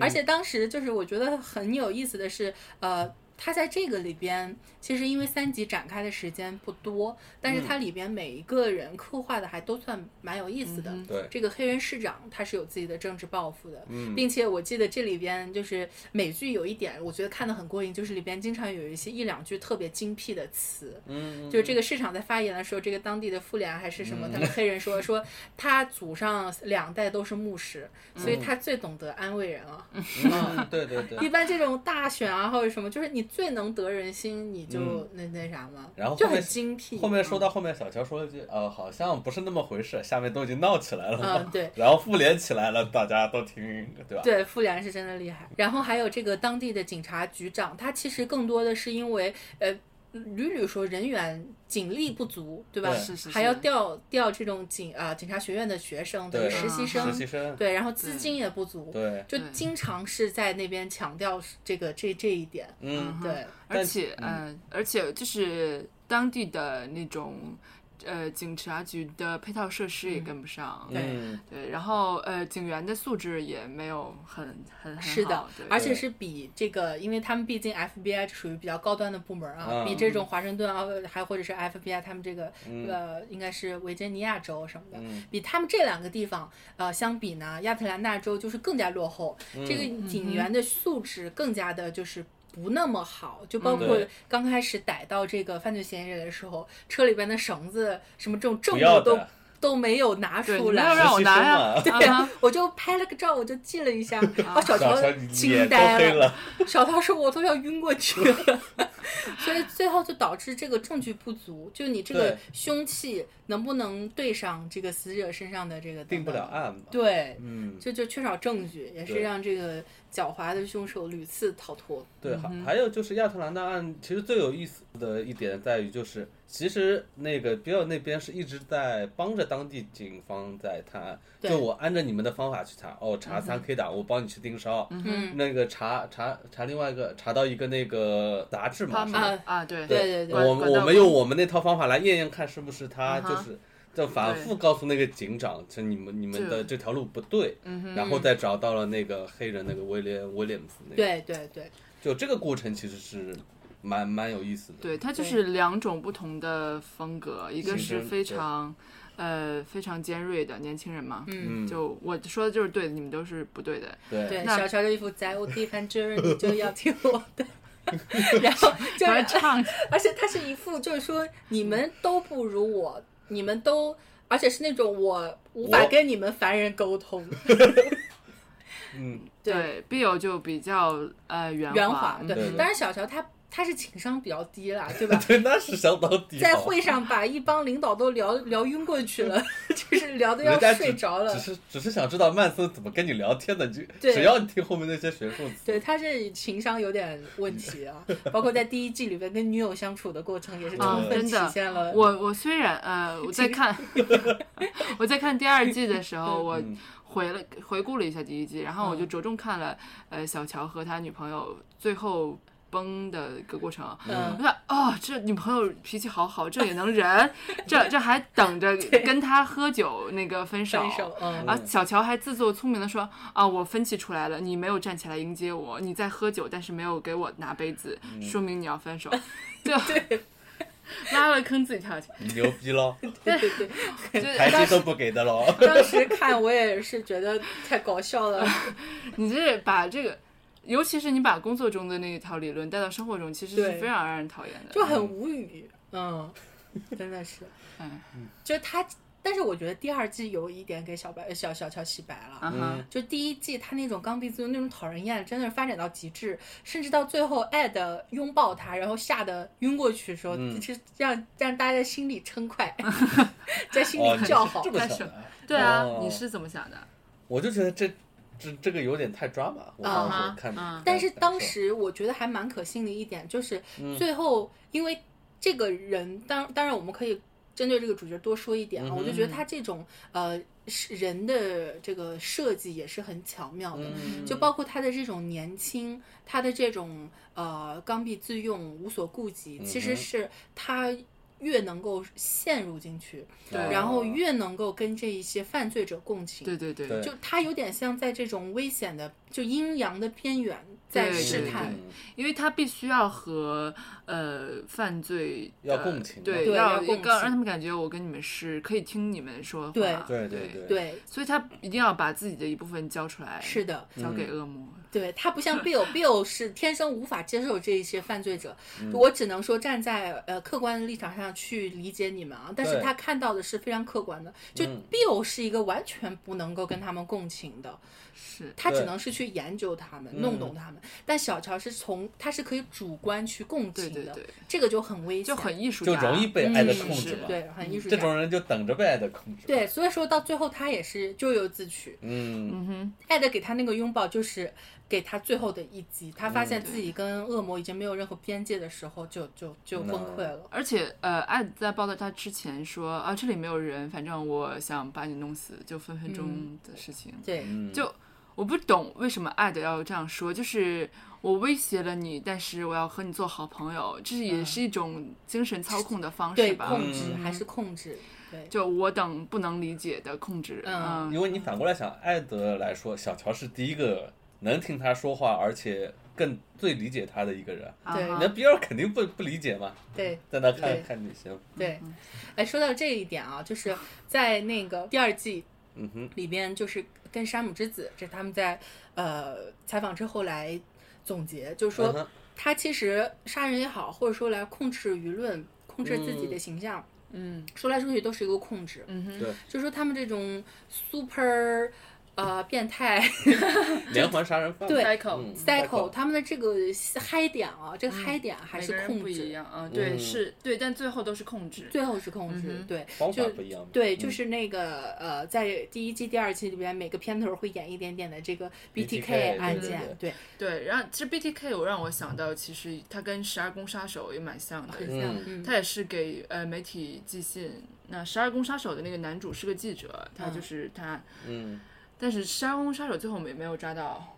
Speaker 1: 而且当时就是我觉得很有意思的是，呃，它在这个里边，其实因为三集展开的时间不多，但是它里边每一个人刻画的还都算蛮有意思的。
Speaker 2: 嗯
Speaker 3: 对，
Speaker 1: 这个黑人市长他是有自己的政治抱负的，
Speaker 3: 嗯
Speaker 1: 并且我记得这里边就是美剧有一点，我觉得看得很过瘾，就是里边经常有一些一两句特别精辟的词。
Speaker 3: 嗯，
Speaker 1: 就是这个市场在发言的时候，这个当地的妇联还是什么，他们黑人说说他祖上两代都是牧师，所以他最懂得安慰人了。
Speaker 3: 嗯对对对。
Speaker 1: 一般这种大选啊或者什么，就是你最能得人心，你就那那啥嘛，
Speaker 3: 嗯然后
Speaker 1: 就
Speaker 3: 后
Speaker 1: 很
Speaker 3: 面
Speaker 1: 精辟。啊
Speaker 3: 后面说到后面，小乔说了一句：“呃，好像不是那么回事。”下面都已经闹起来了嘛。
Speaker 1: 嗯对
Speaker 3: 然后妇联起来了，大家都听，对吧？
Speaker 1: 对，妇联是真的厉害。然后还有这个当地的警察局长，他其实更多的是因为呃。屡屡说人员警力不足，对吧？
Speaker 3: 对
Speaker 2: 是是
Speaker 1: 还要
Speaker 2: 是
Speaker 1: 调调这种警啊、警察学院的学生，等于
Speaker 3: 对
Speaker 1: 实习
Speaker 2: 啊
Speaker 1: 生
Speaker 3: 实，习生，
Speaker 1: 对，然后资
Speaker 2: 对
Speaker 1: 金也不足，
Speaker 3: 对，
Speaker 1: 就
Speaker 2: 对
Speaker 1: 经常是在那边强调这个这这一点，
Speaker 3: 嗯，
Speaker 2: 嗯
Speaker 1: 对，
Speaker 2: 而
Speaker 3: 但
Speaker 2: 且，嗯、而且就是当地的那种，呃，警察局的配套设施也跟不上，
Speaker 1: 对
Speaker 3: 嗯，
Speaker 2: 对，然后呃，警员的素质也没有很很很好，
Speaker 1: 是的，
Speaker 2: 对，
Speaker 1: 而且是比这个，因为他们毕竟 FBI 属于比较高端的部门啊，
Speaker 3: 嗯
Speaker 1: 比这种华盛顿啊，还或者是 FBI 他们这个、
Speaker 3: 嗯
Speaker 1: 呃，应该是维珍尼亚州什么的，
Speaker 3: 嗯
Speaker 1: 比他们这两个地方呃相比呢，亚特兰大州就是更加落后，
Speaker 3: 嗯
Speaker 1: 这
Speaker 2: 嗯
Speaker 1: 个警员的素质更加的就是。不那么好，
Speaker 2: 嗯
Speaker 1: 就包括
Speaker 3: 对
Speaker 1: 刚开始逮到这个犯罪嫌疑人的时候，车里边的绳子什么这种证
Speaker 3: 不要
Speaker 1: 物都
Speaker 3: 的，
Speaker 1: 都没有拿
Speaker 2: 对，
Speaker 1: 出
Speaker 2: 你没
Speaker 1: 来，
Speaker 2: 有让我拿呀、
Speaker 3: 实
Speaker 1: 对，
Speaker 2: 啊哈
Speaker 1: 我就拍了个照，我就记了一下，
Speaker 2: 啊
Speaker 1: 把小
Speaker 3: 小
Speaker 1: 乔
Speaker 3: 乔
Speaker 1: 惊
Speaker 3: 脸都
Speaker 1: 呆
Speaker 3: 黑
Speaker 1: 了。
Speaker 3: 了，
Speaker 1: 小乔说：“我都要晕过去了。” 所以最后就导致这个证据不足，就你这个
Speaker 3: 对
Speaker 1: 凶器能不能对上这个死者身上的这个等
Speaker 3: 定不
Speaker 1: 等
Speaker 3: 了。案嘛。
Speaker 1: 对，
Speaker 3: 嗯，
Speaker 1: 就就缺少证据，也是
Speaker 3: 对
Speaker 1: 让这个狡猾的凶手屡次逃脱。
Speaker 3: 对，
Speaker 2: 嗯
Speaker 3: 还、还有就是亚特兰大案，其实最有意思的一点在于，就是其实那个比尔那边是一直在帮着当地警方在探案，
Speaker 1: 对
Speaker 3: 就我按照你们的方法去查，哦，查
Speaker 2: 嗯
Speaker 3: 三 K 党，我帮你去盯梢，
Speaker 1: 嗯，
Speaker 3: 那个查查查另外一个查到一个那个杂志 嘛，
Speaker 2: 他
Speaker 3: 是
Speaker 2: 们
Speaker 3: 吧
Speaker 1: 啊
Speaker 2: 啊啊， 对
Speaker 1: 对对
Speaker 3: 我
Speaker 2: 管管道
Speaker 3: 我们用我们那套方法来验验看是不是他
Speaker 2: 嗯
Speaker 3: 就
Speaker 2: 哼
Speaker 3: 是。就反复告诉那个警长，就你们你们的这条路不对，
Speaker 2: 嗯
Speaker 3: 然后再找到了那个黑人那个威廉威廉姆斯那个，
Speaker 1: 对对对，
Speaker 3: 就这个过程其实是蛮蛮有意思的。
Speaker 2: 对，它就
Speaker 1: 对
Speaker 2: 是两种不同的风格，一个
Speaker 3: 形
Speaker 2: 是
Speaker 3: 式
Speaker 2: 非
Speaker 3: 对
Speaker 2: 常，呃，非常尖锐的年轻人嘛，
Speaker 1: 嗯
Speaker 2: 就我说的就是对的，你们都是不对的，
Speaker 3: 对
Speaker 1: 对，
Speaker 2: 那
Speaker 1: 小乔这一副在我地盘这儿，你就要听我 的。 然后就
Speaker 2: 还
Speaker 1: 是
Speaker 2: 唱，
Speaker 1: 而且他是一副就是说你们都不如我，你们都，而且是那种我无法
Speaker 3: 我
Speaker 1: 跟你们凡人沟通。
Speaker 3: 嗯，
Speaker 1: 对，
Speaker 2: 对，Bill 就比较呃圆
Speaker 1: 圆
Speaker 2: 滑
Speaker 1: 滑，，对。
Speaker 3: 对
Speaker 1: 当然，小乔他他是情商比较低啦，
Speaker 3: ？
Speaker 1: 对吧
Speaker 3: 对，那是相当低
Speaker 1: 在
Speaker 3: 保
Speaker 1: 会上把一帮领导都聊聊晕过去了， 就是聊的要
Speaker 3: 人家
Speaker 1: 睡
Speaker 3: 只
Speaker 1: 着了
Speaker 3: 只。是只是想知道曼森怎么跟你聊天的，你就
Speaker 1: 呃对
Speaker 3: 只要你听后面那些学术词，
Speaker 1: 对，他是情商有点问题啊，包括在第一季里边跟女友相处的过程也是
Speaker 2: 啊
Speaker 1: 充分
Speaker 2: 真
Speaker 1: 体
Speaker 2: 的
Speaker 1: 现了。嗯
Speaker 2: 我我虽然呃我在看我在看第二季的时候，我
Speaker 3: 嗯
Speaker 2: 回了回顾了一下第一季，然后我就着重看了呃小乔和他女朋友最后崩的一个过程。
Speaker 1: 嗯
Speaker 2: 我，想，哦，这女朋友脾气好好，这也能忍，这这还等着跟他喝酒那个分手。
Speaker 1: 分手，嗯，
Speaker 2: 啊，小乔还自作聪明的说啊，我分析出来了，你没有站起来迎接我，你在喝酒，但是没有给我拿杯子，说明你要分手，就 拉了坑自己跳下去。
Speaker 3: 牛逼咯，
Speaker 1: 对啊对对。
Speaker 2: 就是
Speaker 3: 台
Speaker 2: 当
Speaker 3: 阶
Speaker 2: 时
Speaker 3: 都不给的咯。
Speaker 1: 当时看我也是觉得太搞笑了，
Speaker 2: 你这把这个，尤其是你把工作中的那一套理论带到生活中，其实是
Speaker 1: 对
Speaker 2: 非常让人讨厌的。
Speaker 1: 就很无语。嗯，真的是，
Speaker 2: 哎，
Speaker 1: 就他，但是我觉得第二季有一点给小白小小乔洗白了。
Speaker 2: 啊哈
Speaker 3: 嗯，
Speaker 1: 就第一季他那种刚愎自用、那种讨人厌，真的是发展到极致，甚至到最后爱的拥抱他，然后吓得晕过去的时候，
Speaker 3: 嗯
Speaker 1: 就是让让大家在心里称 快，在心
Speaker 3: 哦，
Speaker 1: 里
Speaker 3: 你
Speaker 1: 叫
Speaker 3: 是
Speaker 1: 好
Speaker 3: 这。么
Speaker 2: 但
Speaker 3: 想
Speaker 2: 是
Speaker 3: 的？
Speaker 2: 对啊
Speaker 3: 哦，
Speaker 2: 你是怎么想的？
Speaker 3: 我就觉得这这这个有点太抓马，我
Speaker 1: 啊
Speaker 3: 当
Speaker 1: 哈
Speaker 3: 时看
Speaker 2: 啊
Speaker 3: 的。
Speaker 1: 但是当时我觉得还蛮可信的一点，就是
Speaker 3: 嗯
Speaker 1: 最后因为这个人，当当然我们可以针对这个主角多说一点啊，
Speaker 3: 嗯哼
Speaker 1: 我就觉得他这种呃是人的这个设计也是很巧妙的。
Speaker 3: 嗯
Speaker 1: 就包括他的这种年轻，他的这种呃刚愎自用、无所顾忌，
Speaker 3: 嗯哼
Speaker 1: 其实是他越能够陷入进去，
Speaker 2: 对
Speaker 1: 然后越能够跟这一些犯罪者共情。
Speaker 2: 对对对，
Speaker 3: 对
Speaker 1: 就他有点像在这种危险的就阴阳的边缘在
Speaker 2: 对
Speaker 1: 试
Speaker 2: 对
Speaker 1: 探。
Speaker 3: 嗯
Speaker 2: 因为他必须要和呃犯罪
Speaker 3: 要
Speaker 2: 的
Speaker 3: 共情
Speaker 2: 对，
Speaker 1: 对
Speaker 2: 要
Speaker 1: 要共
Speaker 2: 让让
Speaker 1: 情
Speaker 2: 他们感觉我跟你们是可以听你们说话，
Speaker 1: 对
Speaker 3: 对对
Speaker 2: 对
Speaker 3: 对
Speaker 1: 对，
Speaker 2: 所以他一定要把自己的一部分交出来，
Speaker 1: 是的，
Speaker 2: 交给
Speaker 3: 嗯
Speaker 2: 恶魔。
Speaker 1: 对他 不像 Bill，Bill 是天生无法接受这一些犯罪者。
Speaker 3: 嗯
Speaker 1: 我只能说站在呃客观的立场上去理解你们啊，但是
Speaker 3: 对嗯
Speaker 1: 他看到的是非常客观的。就 Bill 是一个完全不能够跟他们共情的，
Speaker 2: 是，
Speaker 1: 他只
Speaker 3: 对嗯
Speaker 1: 能是去研究他们，弄懂他们。但小乔是从他是可以主观去共
Speaker 2: 对
Speaker 1: 情的，
Speaker 2: 对对，
Speaker 1: 这个就很危险，
Speaker 2: 就很嗯艺术
Speaker 3: 就
Speaker 2: 家，
Speaker 3: 容易被爱的控
Speaker 2: 是
Speaker 3: 制嘛。
Speaker 1: 嗯对，很艺术
Speaker 3: 这
Speaker 1: 家。
Speaker 3: 种人就等着被爱的控制。，
Speaker 1: 对，所以说到最后他也是咎由自取。
Speaker 3: 嗯，
Speaker 1: 艾德给他那个拥抱，就是给他最后的一击。他
Speaker 3: 嗯
Speaker 1: 发现自己跟恶魔已经没有任何边界的时候就，就
Speaker 3: 嗯
Speaker 1: 就崩溃了。
Speaker 2: 而且，呃，艾德在报道他之前说啊，这里没有人，反正我想把你弄死，就分分
Speaker 1: 嗯
Speaker 2: 钟的事情。
Speaker 1: 对，
Speaker 3: 嗯
Speaker 2: 就我不懂为什么艾德要这样说，就是我威胁了你，但是我要和你做好朋友，这也是一种精神操控的方
Speaker 1: 嗯
Speaker 2: 式
Speaker 1: 对，
Speaker 2: 吧？
Speaker 1: 控制、
Speaker 3: 嗯
Speaker 1: 还是控制。对，
Speaker 2: 就我等不能理解的控制，
Speaker 1: 嗯
Speaker 2: 嗯，
Speaker 3: 因为你反过来想，艾德来说，小乔是第一个能听他说话，而且更最理解他的一个人。
Speaker 2: 啊
Speaker 1: 对
Speaker 2: 哈
Speaker 3: 那比尔肯定不不理解嘛，
Speaker 1: 对，
Speaker 3: 在那
Speaker 1: 对
Speaker 3: 看看你行，
Speaker 1: 对。哎，说到这一点啊，就是在那个第二季
Speaker 3: 嗯哼，
Speaker 1: 里边，就是跟山姆之子，这他们在呃采访之后来总结，就是说、
Speaker 3: 嗯哼
Speaker 1: 他其实杀人也好，或者说来控制舆论、控制自己的形象，
Speaker 2: 嗯
Speaker 1: 说来说去都是一个控制。
Speaker 2: 嗯哼，
Speaker 3: 对，
Speaker 1: 就说他们这种 super 呃变 态
Speaker 3: 连环杀人犯嘛，
Speaker 1: 对
Speaker 3: 嗯
Speaker 1: psycho，他们的这个嗨点啊，这个嗨点还
Speaker 2: 嗯每
Speaker 1: 是
Speaker 2: 个人
Speaker 1: 控
Speaker 2: 不一
Speaker 1: 制，
Speaker 2: 样啊，对，
Speaker 3: 嗯
Speaker 2: 是对，但最后都是控制，
Speaker 1: 最后是控制
Speaker 2: 嗯，哼
Speaker 1: 对。
Speaker 3: 方法
Speaker 1: 就
Speaker 3: 不一样嘛，
Speaker 1: 对，
Speaker 3: 嗯
Speaker 1: 就是那个呃，在第一季、第二季里边，每个片头会演一点点的这个
Speaker 3: BTK
Speaker 1: BTK 案
Speaker 3: 对
Speaker 1: 件，对，
Speaker 2: 对，然后其实 BTK 有让我想到，其实他跟十二宫杀手也蛮像的，
Speaker 1: 很像
Speaker 3: 嗯，
Speaker 1: 嗯，
Speaker 2: 他也是给呃媒体寄信。那《十二宫杀手》的那个男主是个记者，他
Speaker 1: 嗯
Speaker 2: 就是他，
Speaker 3: 嗯，
Speaker 2: 但是《十二宫杀手》最后没没有抓到，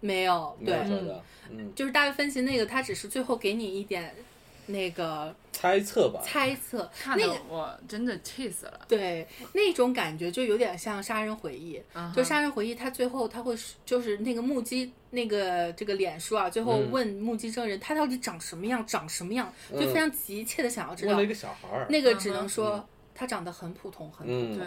Speaker 1: 没有，
Speaker 3: 没有
Speaker 1: 对，
Speaker 3: 找到，嗯，
Speaker 1: 就是大卫芬奇那个，他只是最后给你一点那个
Speaker 3: 猜测吧，
Speaker 1: 猜测，
Speaker 2: 看
Speaker 1: 那
Speaker 2: 得
Speaker 1: 个
Speaker 2: 我真的气死了。
Speaker 1: 对，那种感觉就有点像《杀人回忆》
Speaker 2: 啊
Speaker 3: 嗯
Speaker 1: 就《
Speaker 2: 哈
Speaker 1: 杀人回忆》，他最后他会说就是那个目击那个这个脸书啊，最后
Speaker 3: 嗯
Speaker 1: 问目击证人他到底长什么样，长什么样，就
Speaker 3: 嗯
Speaker 1: 非常急切的想要知
Speaker 3: 问
Speaker 1: 道
Speaker 3: 了一。个小孩儿，
Speaker 1: 那个只能
Speaker 3: 嗯
Speaker 1: 说他长得很普通，很普通。
Speaker 3: 嗯，
Speaker 2: 对，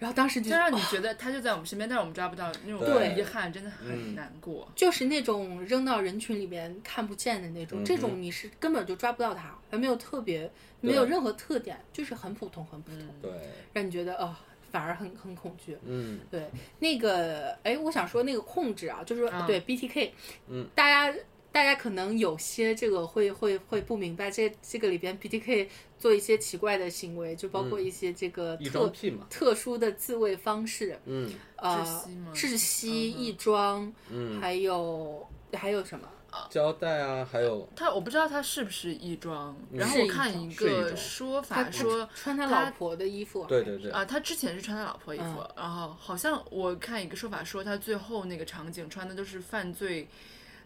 Speaker 1: 然后当时就
Speaker 2: 就让你
Speaker 1: 哦
Speaker 2: 觉得他就在我们身边，但是我们抓不到，那
Speaker 3: 对
Speaker 2: 种遗憾真的很
Speaker 3: 嗯
Speaker 2: 难过。
Speaker 1: 就是那种扔到人群里面看不见的那种，
Speaker 3: 嗯
Speaker 1: 这种你是根本就抓不到他，还没有特别，没有任何特点，就是很普通，很普通，
Speaker 3: 对，
Speaker 1: 让你觉得哦，反而很很恐惧。
Speaker 3: 嗯，
Speaker 1: 对，那个，哎，我想说那个控制啊，就是说、
Speaker 2: 啊
Speaker 1: 对 BTK，
Speaker 3: 嗯，
Speaker 1: 大家大家可能有些这个会会会不明白这这个里边 BTK 做一些奇怪的行为，就包括一些这个
Speaker 3: 嗯异
Speaker 1: 特、
Speaker 3: 装癖嘛，
Speaker 1: 特殊的自卫方式，
Speaker 3: 嗯
Speaker 1: 呃
Speaker 2: 窒息吗，
Speaker 1: 窒息、
Speaker 2: 嗯哼
Speaker 1: 异装，
Speaker 3: 嗯，
Speaker 1: 还有还有什么？
Speaker 3: 胶带啊，还有
Speaker 2: 他我不知道他是不是异装，然后
Speaker 1: 是
Speaker 2: 我
Speaker 1: 异
Speaker 2: 看
Speaker 1: 装
Speaker 2: 一
Speaker 3: 嗯是异
Speaker 2: 个
Speaker 3: 装
Speaker 2: 说
Speaker 1: 他
Speaker 2: 法
Speaker 1: 他
Speaker 2: 说
Speaker 1: 穿他
Speaker 2: 他
Speaker 1: 老婆的衣服，
Speaker 3: 对对对，
Speaker 2: 啊，他之前是穿他老婆衣服，
Speaker 1: 嗯
Speaker 2: 然后好像我看一个说法说他最后那个场景穿的都是犯罪，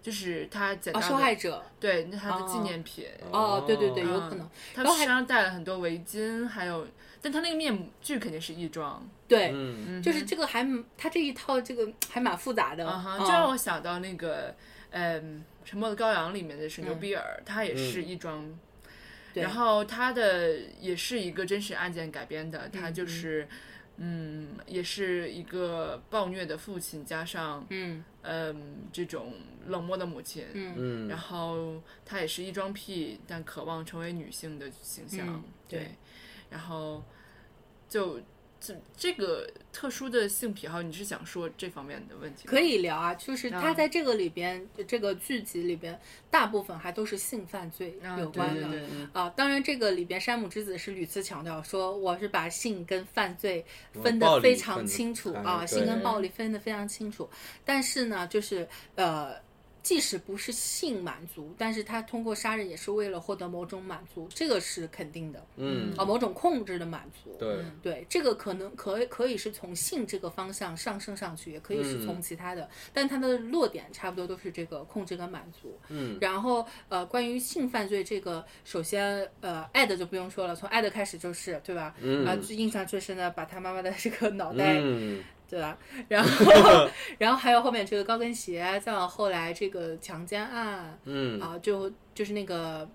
Speaker 2: 就是他捡到
Speaker 1: 啊，
Speaker 2: 的、
Speaker 1: 受害者，
Speaker 2: 对，那他的纪
Speaker 1: 哦
Speaker 2: 念品，
Speaker 1: 哦，对对对，有
Speaker 2: 嗯
Speaker 1: 可能，
Speaker 2: 他
Speaker 1: 然后还
Speaker 2: 身上带了很多围巾，还有，但他那个面具肯定是异装，
Speaker 1: 对。
Speaker 3: 嗯，
Speaker 1: 就是这个还他这一套这个还蛮复杂的，
Speaker 2: 啊哈，
Speaker 1: 嗯
Speaker 2: 就让我想到那个，嗯，《沉默的羔羊》里面的水牛
Speaker 1: 嗯
Speaker 2: 比尔，他也是异装。
Speaker 1: 对
Speaker 2: 然后他的也是一个真实案件改编的，他就是，嗯，也是一个暴虐的父亲加上
Speaker 1: 嗯
Speaker 2: 嗯，这种冷漠的母亲，
Speaker 1: 嗯，
Speaker 3: 嗯，
Speaker 2: 然后她也是异装癖，但渴望成为女性的形象，
Speaker 1: 嗯
Speaker 2: 对
Speaker 1: 对
Speaker 2: 然后就这这个特殊的性癖好，你是想说这方面的问题？
Speaker 1: 可，以聊啊，就是他
Speaker 2: 嗯
Speaker 1: 在这个里边，这个剧集里边，大部分还都是性犯罪
Speaker 2: 嗯，
Speaker 1: 有
Speaker 2: 对
Speaker 1: 关
Speaker 2: 对
Speaker 1: 的。
Speaker 2: 对，
Speaker 1: 啊，当然，这个里边山姆之子是屡次强调说，我是把性跟犯罪分
Speaker 3: 暴
Speaker 1: 得
Speaker 3: 力
Speaker 1: 非
Speaker 3: 分
Speaker 1: 常
Speaker 3: 得
Speaker 1: 清楚
Speaker 3: 开
Speaker 1: 啊，
Speaker 3: 对
Speaker 1: 性跟暴力分得非常清楚。但是呢，就是呃，即使不是性满足，但是他通过杀人也是为了获得某种满足，这个是肯定的
Speaker 3: 嗯，
Speaker 1: 啊，某种控制的满足。
Speaker 3: 对，
Speaker 1: 对，这个可能可以可以是从性这个方向上升上去，也可以
Speaker 3: 嗯
Speaker 1: 是从其他的，但它的落点差不多都是这个控制跟满足。
Speaker 3: 嗯，
Speaker 1: 然后呃，关于性犯罪这个，首先呃，爱的就不用说了，从爱的开始就是对吧？
Speaker 3: 嗯
Speaker 1: 啊、最印象最深的，把他妈妈的这个脑袋
Speaker 3: 嗯，
Speaker 1: 对吧？然后， 然后还有后面这个高跟鞋，再往后来这个强奸案，
Speaker 3: 嗯
Speaker 1: 啊，就就是那个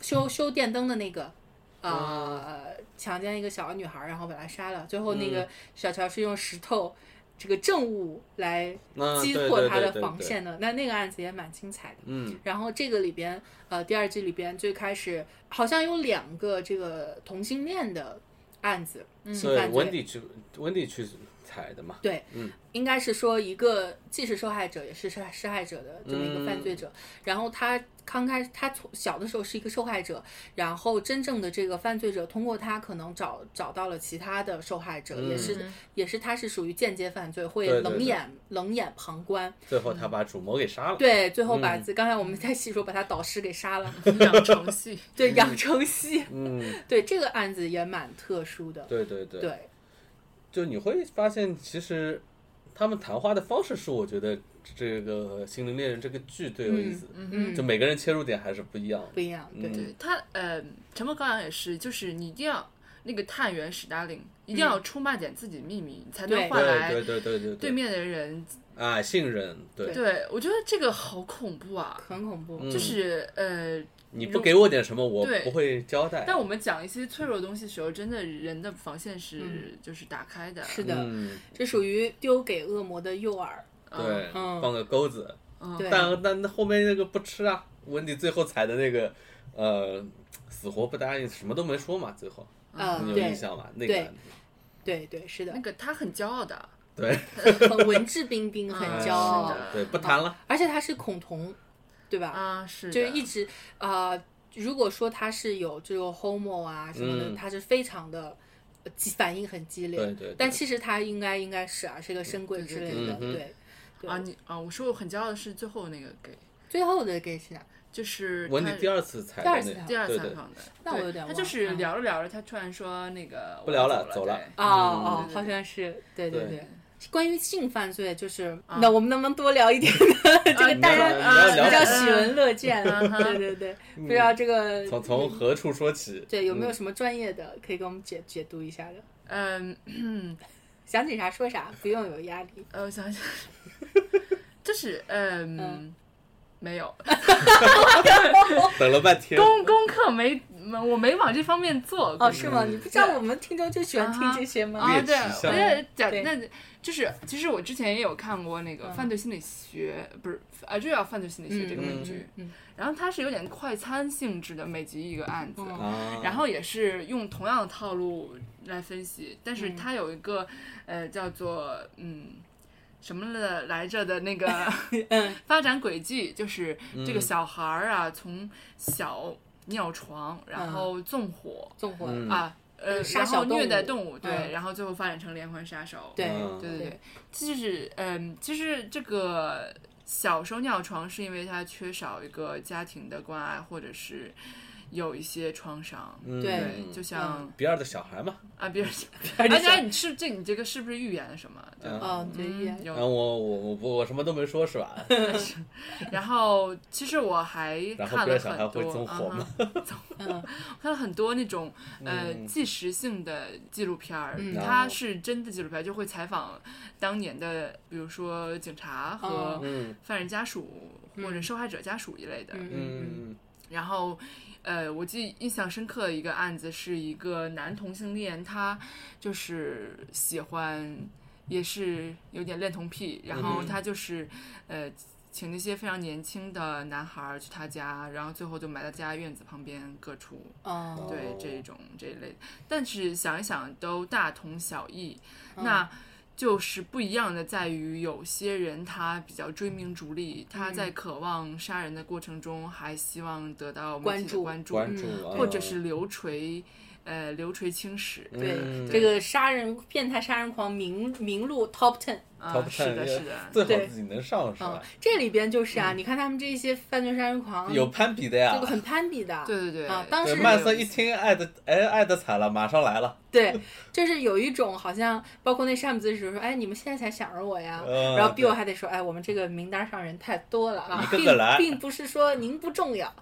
Speaker 1: 修修电灯的那个，啊，强奸一个小女孩，然后把她杀了。最后
Speaker 3: 嗯
Speaker 1: 那个小乔是用石头这个证物来
Speaker 3: 那
Speaker 1: 击
Speaker 3: 啊对
Speaker 1: 破
Speaker 3: 对
Speaker 1: 她
Speaker 3: 对
Speaker 1: 的
Speaker 3: 对
Speaker 1: 防
Speaker 3: 对
Speaker 1: 线的。那那个案子也蛮精彩的。
Speaker 3: 嗯
Speaker 1: 然后这个里边，呃，第二季里边最开始好像有两个这个同性恋的案子，嗯性
Speaker 3: 对
Speaker 1: 犯罪
Speaker 3: 温迪去温迪去采的嘛，
Speaker 1: 对，
Speaker 3: 嗯
Speaker 1: 应该是说一个既是受害者也是受害受害者的这么一个犯
Speaker 3: 嗯
Speaker 1: 罪者。然后他刚开始，他从小的时候是一个受害者，然后真正的这个犯罪者通过他可能找找到了其他的受害者，也是
Speaker 2: 嗯
Speaker 1: 也是他是属于间接犯罪，会
Speaker 3: 对对
Speaker 1: 冷
Speaker 3: 对
Speaker 1: 眼冷眼旁观。
Speaker 3: 最后他把主谋给杀了，
Speaker 1: 对，最后把
Speaker 3: 嗯
Speaker 1: 自、刚才我们在细说把他导师给杀了，
Speaker 2: 养成系，
Speaker 1: 对，养成系，
Speaker 3: 嗯，
Speaker 1: 对这个案子也蛮特殊的，
Speaker 3: 对对对，
Speaker 1: 对
Speaker 3: 就你会发现，其实他们谈话的方式是我觉得这个《心灵猎人》这个剧最有意思的，
Speaker 1: 嗯
Speaker 3: 就每个人切入点还是不一样
Speaker 1: 不一样，对。
Speaker 3: 嗯
Speaker 2: 对他呃，沉默羔羊也是，就是你一定要那个探员史达林一定要出卖点自己秘密，你才能
Speaker 1: 对
Speaker 2: 换
Speaker 3: 的。
Speaker 2: 来
Speaker 3: 对对对对对
Speaker 2: 对
Speaker 3: 对，
Speaker 2: 面的人。
Speaker 3: 啊，信任，对，
Speaker 2: 对，我觉得这个好恐怖啊！
Speaker 1: 很恐怖，
Speaker 3: 嗯
Speaker 2: 就是呃，
Speaker 3: 你不给我点什么，我
Speaker 2: 对
Speaker 3: 不会交代。
Speaker 2: 但我们讲一些脆弱的东西的时候，真的人的防线是就是打开的。
Speaker 1: 嗯是的，
Speaker 3: 嗯，
Speaker 1: 这属于丢给恶魔的诱饵。
Speaker 3: 对，
Speaker 1: 嗯
Speaker 3: 放个钩子，
Speaker 2: 嗯
Speaker 1: 对，
Speaker 3: 但但那后面那个不吃啊，温迪最后踩的那个，呃，死活不答应，什么都没说嘛，最后
Speaker 2: 嗯
Speaker 1: 呃，
Speaker 3: 啊你有印
Speaker 1: 对
Speaker 3: 象吗？那
Speaker 1: 对
Speaker 3: 个
Speaker 1: 对对，是的
Speaker 2: 那，个他很骄傲的，
Speaker 3: 对，
Speaker 1: 很文质彬彬，很
Speaker 2: 嗯
Speaker 1: 骄傲
Speaker 2: 是，的
Speaker 3: 对，不谈了，
Speaker 1: 而且他是恐同，对吧？
Speaker 2: 啊，是
Speaker 1: 就是
Speaker 2: 的
Speaker 1: 一直啊、呃如果说他是有这种 homo 啊什么的，
Speaker 3: 嗯
Speaker 1: 他是非常的。呃激反应很激烈，
Speaker 3: 对对对
Speaker 1: 但其实他应该应该是啊，是个深柜
Speaker 2: 对
Speaker 1: 之
Speaker 2: 对
Speaker 1: 类
Speaker 3: 对
Speaker 1: 的，
Speaker 3: 嗯哼
Speaker 1: 对。对
Speaker 2: 啊，你啊，我说我很骄傲的是最后那个给，
Speaker 1: 最后的啊 gay 是哪？
Speaker 2: 嗯就是
Speaker 3: 温迪
Speaker 2: 他
Speaker 3: 第二次踩
Speaker 1: 第
Speaker 3: 的
Speaker 1: 二
Speaker 3: 那
Speaker 1: 次
Speaker 3: 个，
Speaker 1: 踩
Speaker 2: 第二
Speaker 3: 对
Speaker 2: 采
Speaker 3: 对，
Speaker 2: 访的，
Speaker 1: 那
Speaker 2: 对
Speaker 1: 我有点
Speaker 2: 他
Speaker 1: 忘
Speaker 2: 就是
Speaker 1: 嗯
Speaker 2: 聊着聊着，他突然说那个
Speaker 3: 不
Speaker 2: 我
Speaker 3: 聊
Speaker 2: 要
Speaker 3: 了
Speaker 2: 走
Speaker 3: 走
Speaker 2: 了
Speaker 3: 了
Speaker 2: 对
Speaker 1: 哦哦，
Speaker 2: 对对
Speaker 1: 好像是，对
Speaker 3: 对
Speaker 1: 对。关于性犯罪，就是那我们能不能多聊一点呢？ 这个
Speaker 2: 啊你
Speaker 1: 大
Speaker 3: 要
Speaker 1: 家啊
Speaker 3: 你
Speaker 2: 要
Speaker 1: 比
Speaker 2: 了
Speaker 1: 较
Speaker 2: 解
Speaker 1: 喜闻乐见，啊
Speaker 2: 嗯哼
Speaker 1: 对对对，不知道这个
Speaker 3: 嗯从从何处说起？
Speaker 1: 哦嗯对有没有
Speaker 3: 嗯
Speaker 1: 什么专业的可以给我们解解读一下的？
Speaker 2: 嗯，
Speaker 1: 想起啥说啥，不用有压力。
Speaker 2: 呃，我想想，就是嗯，
Speaker 1: 嗯
Speaker 2: 没有
Speaker 3: 等了半 天？
Speaker 2: 功功课没，我没往这方面做过。
Speaker 1: 哦，是吗？你不知道我们听众就喜欢听这些吗？
Speaker 2: 啊，
Speaker 3: 猎
Speaker 2: 对，
Speaker 3: 奇
Speaker 2: 我
Speaker 3: 向
Speaker 2: 在讲，
Speaker 1: 对
Speaker 2: 那就是其实我之前也有看过那个
Speaker 1: 嗯
Speaker 2: 犯罪心理学，不是啊，就叫犯罪心理学这个美剧，
Speaker 1: 嗯嗯
Speaker 2: 然后它是有点快餐性质的，每集一个案子，
Speaker 1: 嗯
Speaker 3: 啊，
Speaker 2: 然后也是用同样的套路来分析，但是
Speaker 1: 嗯
Speaker 2: 它有一个、呃叫做嗯什么的来着的那个
Speaker 1: 嗯
Speaker 2: 发展轨迹，就是这个小孩儿啊，从小尿床，然后纵火、
Speaker 1: 纵火
Speaker 3: 嗯
Speaker 2: 啊，呃，
Speaker 1: 杀
Speaker 2: 然
Speaker 1: 小
Speaker 2: 后
Speaker 1: 动
Speaker 2: 虐待
Speaker 1: 物
Speaker 2: 动物，对，
Speaker 1: 嗯
Speaker 2: 然后最后发展成连环杀手，
Speaker 1: 对
Speaker 3: 嗯
Speaker 2: 对对
Speaker 1: 对
Speaker 2: 对，就是嗯，其实这个小时候尿床是因为他缺少一个家庭的关爱，或者是有一些创伤。
Speaker 3: 嗯
Speaker 1: 对嗯
Speaker 2: 对，就像
Speaker 3: 比尔的小孩嘛，
Speaker 2: 啊，比如，
Speaker 1: 而
Speaker 2: 而且你是这你这个是不是预言什么？对吧？
Speaker 1: 嗯，对
Speaker 2: 嗯
Speaker 1: 也
Speaker 2: 有
Speaker 3: 然后我我我不我什么都没说是 吧？
Speaker 2: 然后其实我还
Speaker 3: 然后
Speaker 2: 看
Speaker 3: 不
Speaker 2: 了
Speaker 3: 要想
Speaker 2: 很
Speaker 3: 还
Speaker 2: 多，
Speaker 3: 会纵火吗
Speaker 2: 嗯哼纵
Speaker 1: 嗯
Speaker 2: 看了很多那种呃
Speaker 3: 嗯
Speaker 2: 纪实性的纪录片儿，
Speaker 1: 嗯
Speaker 2: 它是真的纪录片儿，就会采访当年的，比如说警察和
Speaker 3: 嗯
Speaker 2: 犯人家属或者
Speaker 1: 嗯
Speaker 2: 受害者家属一类的。
Speaker 1: 嗯嗯
Speaker 3: 嗯
Speaker 2: 然后，呃，我记得印象深刻的一个案子是一个男同性恋，他就是喜欢，也是有点恋童癖，然后
Speaker 3: 嗯
Speaker 2: 他就是，呃，请那些非常年轻的男孩儿去他家，然后最后就埋在家院子旁边各处，
Speaker 1: 哦
Speaker 2: 对
Speaker 3: 哦
Speaker 2: 这种这一类的。但是想一想，都大同小异，
Speaker 1: 嗯
Speaker 2: 那。就是不一样的，在于有些人他比较追名逐利，他在渴望杀人的过程中，还希望得到媒
Speaker 1: 关
Speaker 2: 体的
Speaker 1: 注
Speaker 2: 关注，嗯
Speaker 3: 关注啊，
Speaker 2: 或者是流垂，呃，流垂青史。
Speaker 1: 对
Speaker 3: 嗯
Speaker 1: 这个杀人变态杀人狂名名录 top ten。
Speaker 2: 啊
Speaker 3: Top，
Speaker 2: 是
Speaker 3: Ten
Speaker 2: 的，
Speaker 3: 也
Speaker 2: 是的，
Speaker 3: 最好
Speaker 1: 对
Speaker 3: 自己能上是
Speaker 1: 嗯
Speaker 3: 吧？，
Speaker 1: 这里边就是啊，你看他们这些犯罪杀人狂，
Speaker 3: 有攀比的呀
Speaker 1: 嗯这个。很攀比的，
Speaker 2: 对对对
Speaker 1: 啊，当
Speaker 3: 对，
Speaker 1: 时
Speaker 3: 曼森一听爱的哎爱的惨了，马上来了。
Speaker 1: 对，就是有一种好像，包括那詹姆斯时候说，哎，你们现在才想着我呀，
Speaker 3: 嗯
Speaker 1: 啊然后 Bill
Speaker 3: 对
Speaker 1: 还得说，哎，我们这个名单上人太多了啊，
Speaker 3: 一个个来
Speaker 1: 并并不是说您不重要，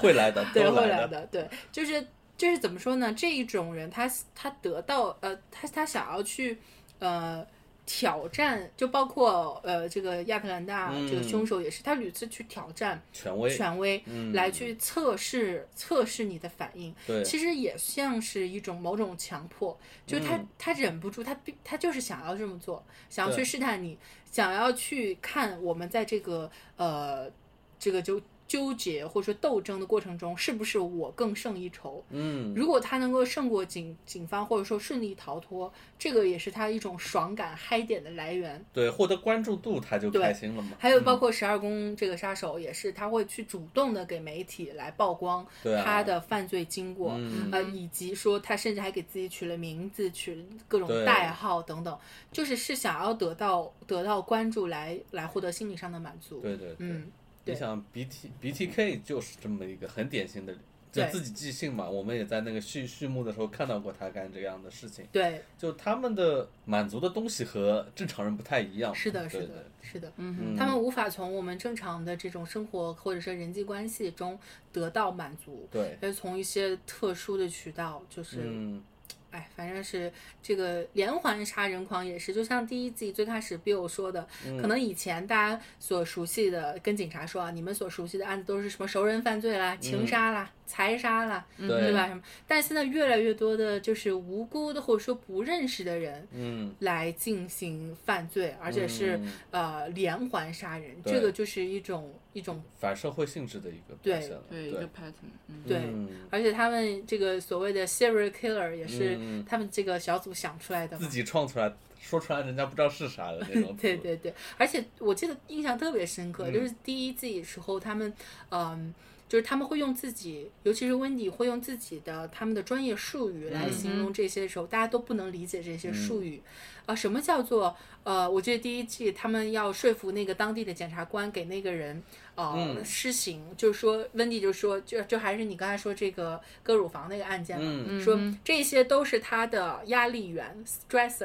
Speaker 3: 会来的，
Speaker 1: 对，
Speaker 3: 都
Speaker 1: 会
Speaker 3: 来
Speaker 1: 来。的，对，就是就是怎么说呢？这一种人他，他得到呃，他他想要去呃。挑战，就包括呃这个亚特兰大
Speaker 3: 嗯
Speaker 1: 这个凶手也是，他屡次去挑战
Speaker 3: 权威，
Speaker 1: 权威
Speaker 3: 嗯
Speaker 1: 来去测试测试你的反应，
Speaker 3: 对，
Speaker 1: 其实也像是一种某种强迫，就是他、
Speaker 3: 嗯
Speaker 1: 他忍不住，他必他就是想要这么做，想要
Speaker 3: 对
Speaker 1: 去试探你，想要去看我们在这个呃这个纠纠结或者说斗争的过程中，是不是我更胜一筹。
Speaker 3: 嗯，
Speaker 1: 如果他能够胜过警警方，或者说顺利逃脱，这个也是他一种爽感嗨点的来源。
Speaker 3: 对，获得关注度他就
Speaker 1: 对
Speaker 3: 开心了嘛。
Speaker 1: 还有包括十二宫这个杀手，也是他会去主动的给媒体来曝光
Speaker 3: 对啊
Speaker 1: 他的犯罪经过。
Speaker 3: 嗯
Speaker 1: 呃，以及说他甚至还给自己取了名字，取了各种
Speaker 3: 对
Speaker 1: 代号等等，就是是想要得到得到关注来来获得心理上的满足。
Speaker 3: 对对对，
Speaker 1: 嗯，
Speaker 3: 你
Speaker 1: 对
Speaker 3: 想 B T B T K 就是这么一个很典型的，就
Speaker 1: 对
Speaker 3: 自己即兴嘛。我们也在那个序序幕的时候看到过他干这样的事情，
Speaker 1: 对，
Speaker 3: 就他们的满足的东西和正常人不太一样。
Speaker 1: 是的，
Speaker 3: 对
Speaker 1: 是
Speaker 3: 对
Speaker 1: 的，是的。
Speaker 3: 嗯
Speaker 1: 他们无法从我们正常的这种生活或者是人际关系中得到满足，
Speaker 3: 对，
Speaker 1: 而从一些特殊的渠道，就是
Speaker 3: 嗯，
Speaker 1: 哎，反正是这个连环杀人狂也是，就像第一季最开始 Bill 说的，
Speaker 3: 嗯
Speaker 1: 可能以前大家所熟悉的，跟警察说啊，你们所熟悉的案子都是什么熟人犯罪啦、情杀啦、财杀啦，对
Speaker 3: 嗯对
Speaker 1: 吧？什么？但现在越来越多的就是无辜的或者说不认识的人
Speaker 3: 嗯，
Speaker 1: 来进行犯罪，而且是、
Speaker 3: 嗯
Speaker 1: 呃连环杀人，
Speaker 3: 对
Speaker 1: 这个就是一种一种
Speaker 3: 反社会性质的一个表
Speaker 1: 对
Speaker 3: 现了。
Speaker 2: 对一个 pattern，嗯，
Speaker 1: 对。
Speaker 3: 嗯
Speaker 1: 而且他们这个所谓的 serial killer 也是
Speaker 3: 嗯
Speaker 1: 他们这个小组想出来的嘛
Speaker 3: 自，己创出来，说出来人家不知道是啥的那种 词。
Speaker 1: 对对对，而且我记得印象特别深刻，
Speaker 3: 嗯
Speaker 1: 就是第一季时候他们，嗯。就是他们会用自己，尤其是温迪会用自己的他们的专业术语
Speaker 3: 嗯
Speaker 1: 来形容这些时候，大家都不能理解这些术语，啊、什么叫做呃？我记得第一季他们要说服那个当地的检察官给那个人呃、
Speaker 3: 嗯
Speaker 1: 施行，就是说温迪就说就就还是你刚才说这个割乳房那个案件嘛，
Speaker 3: 嗯
Speaker 1: 说这些都是他的压力源 stressor，、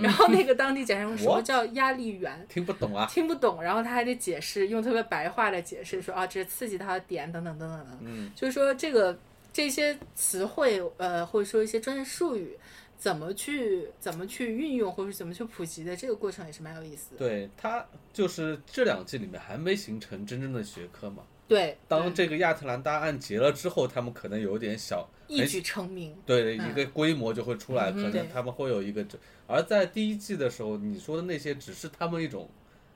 Speaker 1: 然
Speaker 3: 嗯
Speaker 1: 后那个当地检察官说什么
Speaker 3: What？
Speaker 1: 叫压力源，
Speaker 3: 听不懂啊。
Speaker 1: 听不懂，然后他还得解释，用特别白话的解释说啊，这是刺激他的点等等等等等，
Speaker 3: 嗯，
Speaker 1: 就是说这个这些词汇呃或者说一些专业术语。怎么去怎么去运用，或者是怎么去普及的，这个过程也是蛮有意思的。
Speaker 3: 对他就是这两季里面还没形成真正的学科嘛。
Speaker 1: 对，
Speaker 3: 当这个亚特兰大案结了之后，他们可能有点小
Speaker 1: 一
Speaker 3: 很
Speaker 1: 举成名。
Speaker 3: 对
Speaker 1: 嗯
Speaker 3: 一个规模就会出来，可
Speaker 1: 对
Speaker 3: 能他们会有一个这。而在第一季的时候，你说的那些只是他们一种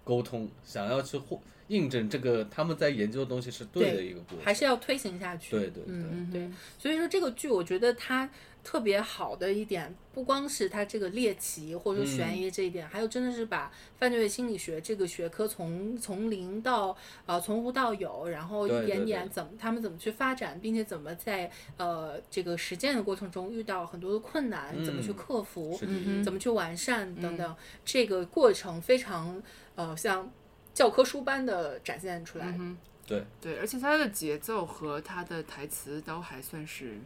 Speaker 3: 沟通，想要去互印证这个他们在研究的东西是对的
Speaker 1: 对
Speaker 3: 一个过程。
Speaker 1: 还是要推行下去。
Speaker 3: 对对对
Speaker 1: 嗯对。所以说这个剧，我觉得它特别好的一点，不光是它这个猎奇或者说
Speaker 3: 嗯
Speaker 1: 悬疑这一点，还有真的是把犯罪心理学这个学科从从零到呃从无到有，然后
Speaker 3: 对
Speaker 1: 一点
Speaker 3: 对
Speaker 1: 点
Speaker 3: 对
Speaker 1: 怎么他们怎么去发展，并且怎么在呃这个实践的过程中遇到很多的困难，怎么去
Speaker 3: 嗯
Speaker 1: 克服，
Speaker 3: 是的
Speaker 2: 嗯
Speaker 1: 怎么去完善等等，这个过程非常呃像教科书般的展现出来。
Speaker 3: 对，
Speaker 2: 对，而且它的节奏和它的台词都还算是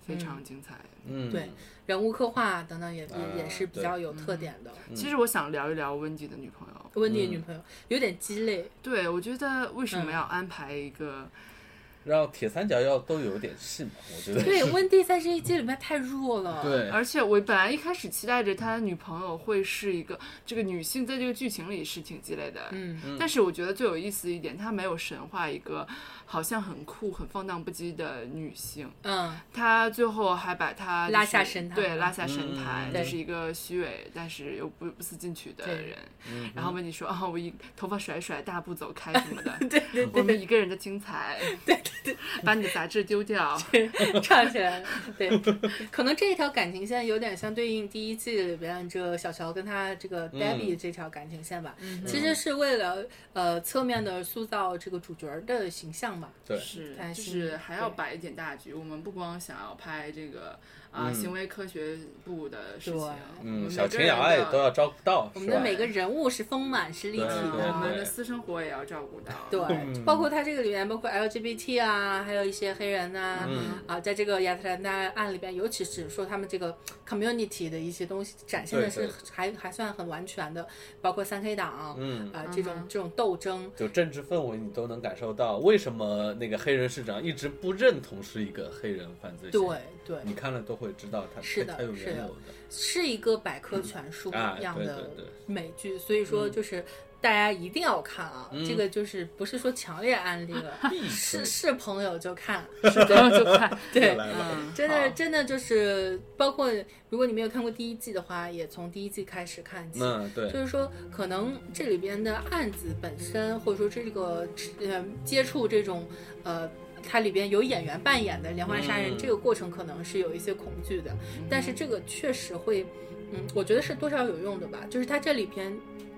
Speaker 2: 非常精彩。
Speaker 3: 嗯，
Speaker 1: 对人物刻画等等也、也也
Speaker 3: 啊
Speaker 1: 是比
Speaker 3: 对
Speaker 1: 较有特点的。
Speaker 3: 嗯
Speaker 2: 其实我想聊一聊温迪的女朋友，
Speaker 1: 温迪的女朋友有点鸡肋，
Speaker 2: 对我觉得为什么要安排一个？
Speaker 3: 让铁三角要都有点戏嘛，我觉 得。
Speaker 1: 对，温迪在这一季里面太弱了。，
Speaker 3: 对，
Speaker 2: 而且我本来一开始期待着他女朋友会是一个这个女性，在这个剧情里是挺鸡肋的，
Speaker 1: 嗯，
Speaker 2: 但是我觉得最有意思一点，她没有神化一个好像很酷、很放荡不羁的女性，
Speaker 1: 嗯，
Speaker 2: 她最后还把她、
Speaker 1: 拉下神坛
Speaker 2: 对，拉下神
Speaker 3: 嗯
Speaker 2: 坛，
Speaker 1: 对
Speaker 2: 就是一个虚伪但是又不不思进取的
Speaker 1: 对
Speaker 2: 人。
Speaker 3: 嗯
Speaker 2: 然后问你说啊，我一头发甩甩，大步走开什么的
Speaker 1: ，对对
Speaker 2: 我
Speaker 1: 对
Speaker 2: 们一个人的精 彩，对对对，把你的杂志丢掉，
Speaker 1: 对，唱起来了。对，可能这一条感情线有点像对应第一季里边这个小乔跟他这
Speaker 3: 嗯
Speaker 1: 个 Debbie 这条感情线吧，其实是为了呃侧面的塑造这个主角的形象吧。
Speaker 3: 对
Speaker 2: 是
Speaker 1: 担，
Speaker 2: 就
Speaker 1: 心
Speaker 2: 是还要
Speaker 1: 对
Speaker 2: 摆一点大局。我们不光想要拍这个啊、行为科学部的事
Speaker 1: 对
Speaker 2: 情，
Speaker 3: 嗯，
Speaker 2: 我们
Speaker 3: 小
Speaker 2: 每个
Speaker 3: 情
Speaker 2: 人
Speaker 3: 小爱
Speaker 2: 的
Speaker 3: 都要嗯照顾到，
Speaker 1: 我
Speaker 3: 是
Speaker 1: 们的
Speaker 3: 吧？
Speaker 1: 每个人物是丰满是立体
Speaker 3: 对
Speaker 1: 的，
Speaker 2: 我们
Speaker 3: 对
Speaker 2: 的私生活也要照顾到。
Speaker 1: 对，
Speaker 3: 嗯
Speaker 1: 包括它这个里面包括 LGBT 啊，还有一些黑人呐、啊，
Speaker 3: 嗯
Speaker 1: 在这个亚特兰大案里边，尤其是说他们这个 community 的一些东西展现的
Speaker 3: 对
Speaker 1: 是
Speaker 3: 对
Speaker 1: 还还算很完全的，包括三 K 党，嗯啊、这种这种斗争，
Speaker 3: 就政治氛围你都能感受到，为什么那个黑人市长一直不认同是一个黑人犯罪？
Speaker 1: 对，对，
Speaker 3: 你看了都会知道它
Speaker 1: 是的
Speaker 3: 它有缘由
Speaker 1: 是一个百科全书
Speaker 3: 的啊，
Speaker 1: 一样
Speaker 3: 对
Speaker 1: 的
Speaker 3: 对嗯对，
Speaker 1: 美剧，所以说就是大家一定要看啊，
Speaker 3: 嗯
Speaker 1: 这个就是不是说强烈安利了，
Speaker 3: 必
Speaker 1: 是
Speaker 3: 须
Speaker 1: 是朋友就看，
Speaker 2: 是朋友就看，
Speaker 1: 对，
Speaker 3: 来了。
Speaker 2: 嗯，
Speaker 1: 真的
Speaker 2: 好
Speaker 1: 真的就是包括如果你没有看过第一季的话，也从第一季开始看起。
Speaker 3: 那对，
Speaker 1: 就是说，可能这里边的案子本身，或者说这个呃接触这种呃，它里边有演员扮演的连环杀人、
Speaker 3: 嗯
Speaker 1: 这个过程，可能是有一些恐惧的。但是这个确实会，嗯，我觉得是多少有用的吧。就是它这里边，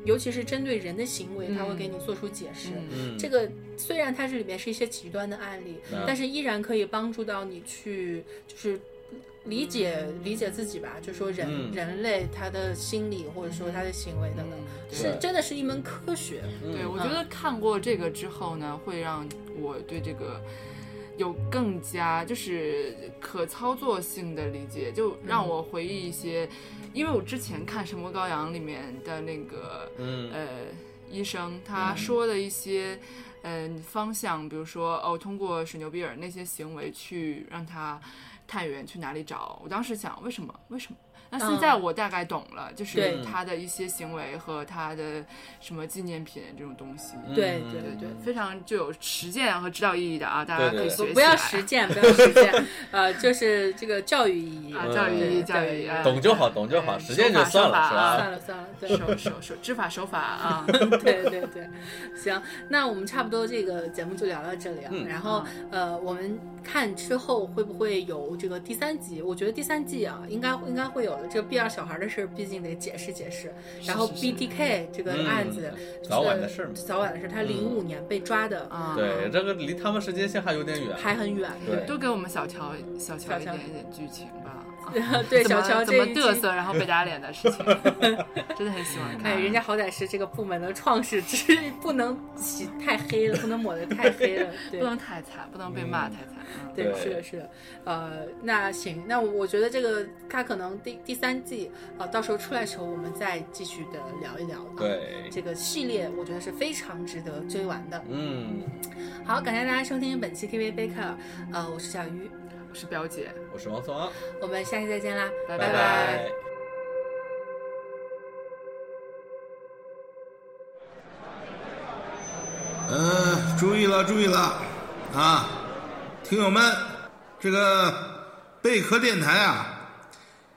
Speaker 1: 尤其是针对人的行为，它会给你做出解释。
Speaker 2: 嗯
Speaker 3: 嗯，
Speaker 1: 这个虽然它这里面是一些极端的案例，
Speaker 3: 嗯
Speaker 1: 但是依然可以帮助到你去就是理解理解自己吧，就说人、
Speaker 3: 嗯
Speaker 1: 人类他的心理或者说他的行为等等，是
Speaker 3: 对
Speaker 1: 真的是一门科学。
Speaker 2: 对，
Speaker 3: 嗯
Speaker 2: 我觉得看过这个之后呢，会让我对这个有更加就是可操作性的理解，就
Speaker 1: 嗯
Speaker 2: 让我回忆一些，因为我之前看《神魔羔羊》里面的那个
Speaker 3: 嗯
Speaker 2: 呃医生，他说的一些嗯、方向，比如说哦，通过水牛比尔那些行为去让他探员去哪里找。我当时想，为什么？为什么？那现
Speaker 3: 嗯
Speaker 2: 在我大概懂了，就
Speaker 1: 对
Speaker 2: 是他的一些行为和他的什么纪念品这种东西。
Speaker 1: 对
Speaker 3: 嗯
Speaker 1: 对
Speaker 2: 对对
Speaker 1: 对，
Speaker 2: 非常具有实践和指导意义的啊，大家可以
Speaker 3: 对对对
Speaker 2: 学习啊
Speaker 1: 不要
Speaker 2: 来
Speaker 1: 实践，不要实践， 呃，就是这个教育意义
Speaker 2: 啊，教育意
Speaker 1: 对
Speaker 2: 义，教育意义，
Speaker 1: 对
Speaker 2: 哎
Speaker 3: 懂就好，懂就好，
Speaker 2: 哎
Speaker 3: 实践就算
Speaker 2: 手
Speaker 3: 了，
Speaker 2: 法
Speaker 3: 是
Speaker 2: 啊
Speaker 3: 吧？
Speaker 1: 算了算了，对。
Speaker 2: 手手手知法守法啊，
Speaker 1: 对对对，行，那我们差不多这个节目就聊到这里啊。
Speaker 3: 嗯
Speaker 1: 然后呃，我们看之后会不会有这个第三集？我觉得第三季啊，应该应该会有的。这 B 二小孩的事儿，毕竟得解释解释。然后 BTK 这个案子
Speaker 3: 嗯
Speaker 1: 是，
Speaker 3: 早晚的事儿嘛
Speaker 1: 早晚的事儿。他零五年被抓的，
Speaker 2: 啊
Speaker 3: 对，这个离他们时间线还有点远。
Speaker 1: 还很远。
Speaker 3: 嗯对
Speaker 2: 多给我们小乔小
Speaker 1: 小
Speaker 2: 乔
Speaker 1: 乔
Speaker 2: 一点一点剧情吧。啊
Speaker 1: 对，
Speaker 2: 怎
Speaker 1: 小
Speaker 2: 么
Speaker 1: 乔
Speaker 2: 怎
Speaker 1: 这
Speaker 2: 么
Speaker 1: 一
Speaker 2: 嘚
Speaker 1: 季
Speaker 2: 瑟，然后被打脸的 事情，真的很喜欢看。
Speaker 3: 嗯
Speaker 1: 哎，人家好歹是这个部门的创始之一，不能洗太黑了，不能抹得太黑了。对
Speaker 2: 不，能太惨，不能被骂太惨。嗯
Speaker 1: 对，
Speaker 3: 对
Speaker 1: 是的，是的，呃，那行，那我我觉得这个它可能第第三季，呃，到时候出来的时候，我们再继续的聊一聊。，啊
Speaker 3: 对，
Speaker 1: 这个系列我觉得是非常值得追完的。
Speaker 3: 嗯，
Speaker 1: 好，感谢大家收听本期 TV Baker，呃，我是小鱼，
Speaker 2: 我是表姐，
Speaker 3: 我是王松啊，
Speaker 1: 我们下期再见啦，
Speaker 2: 拜
Speaker 1: 拜
Speaker 3: 拜。
Speaker 4: 呃，注意了，注意了，啊，听友们，这个贝壳电台啊，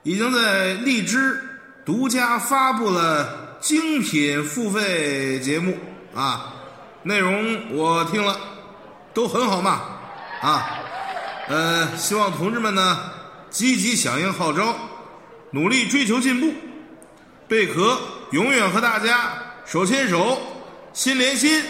Speaker 4: 已经在荔枝独家发布了精品付费节目啊，内容我听了都很好嘛，啊，呃，希望同志们呢积极响应号召，努力追求进步，贝壳永远和大家手牵手，心连心。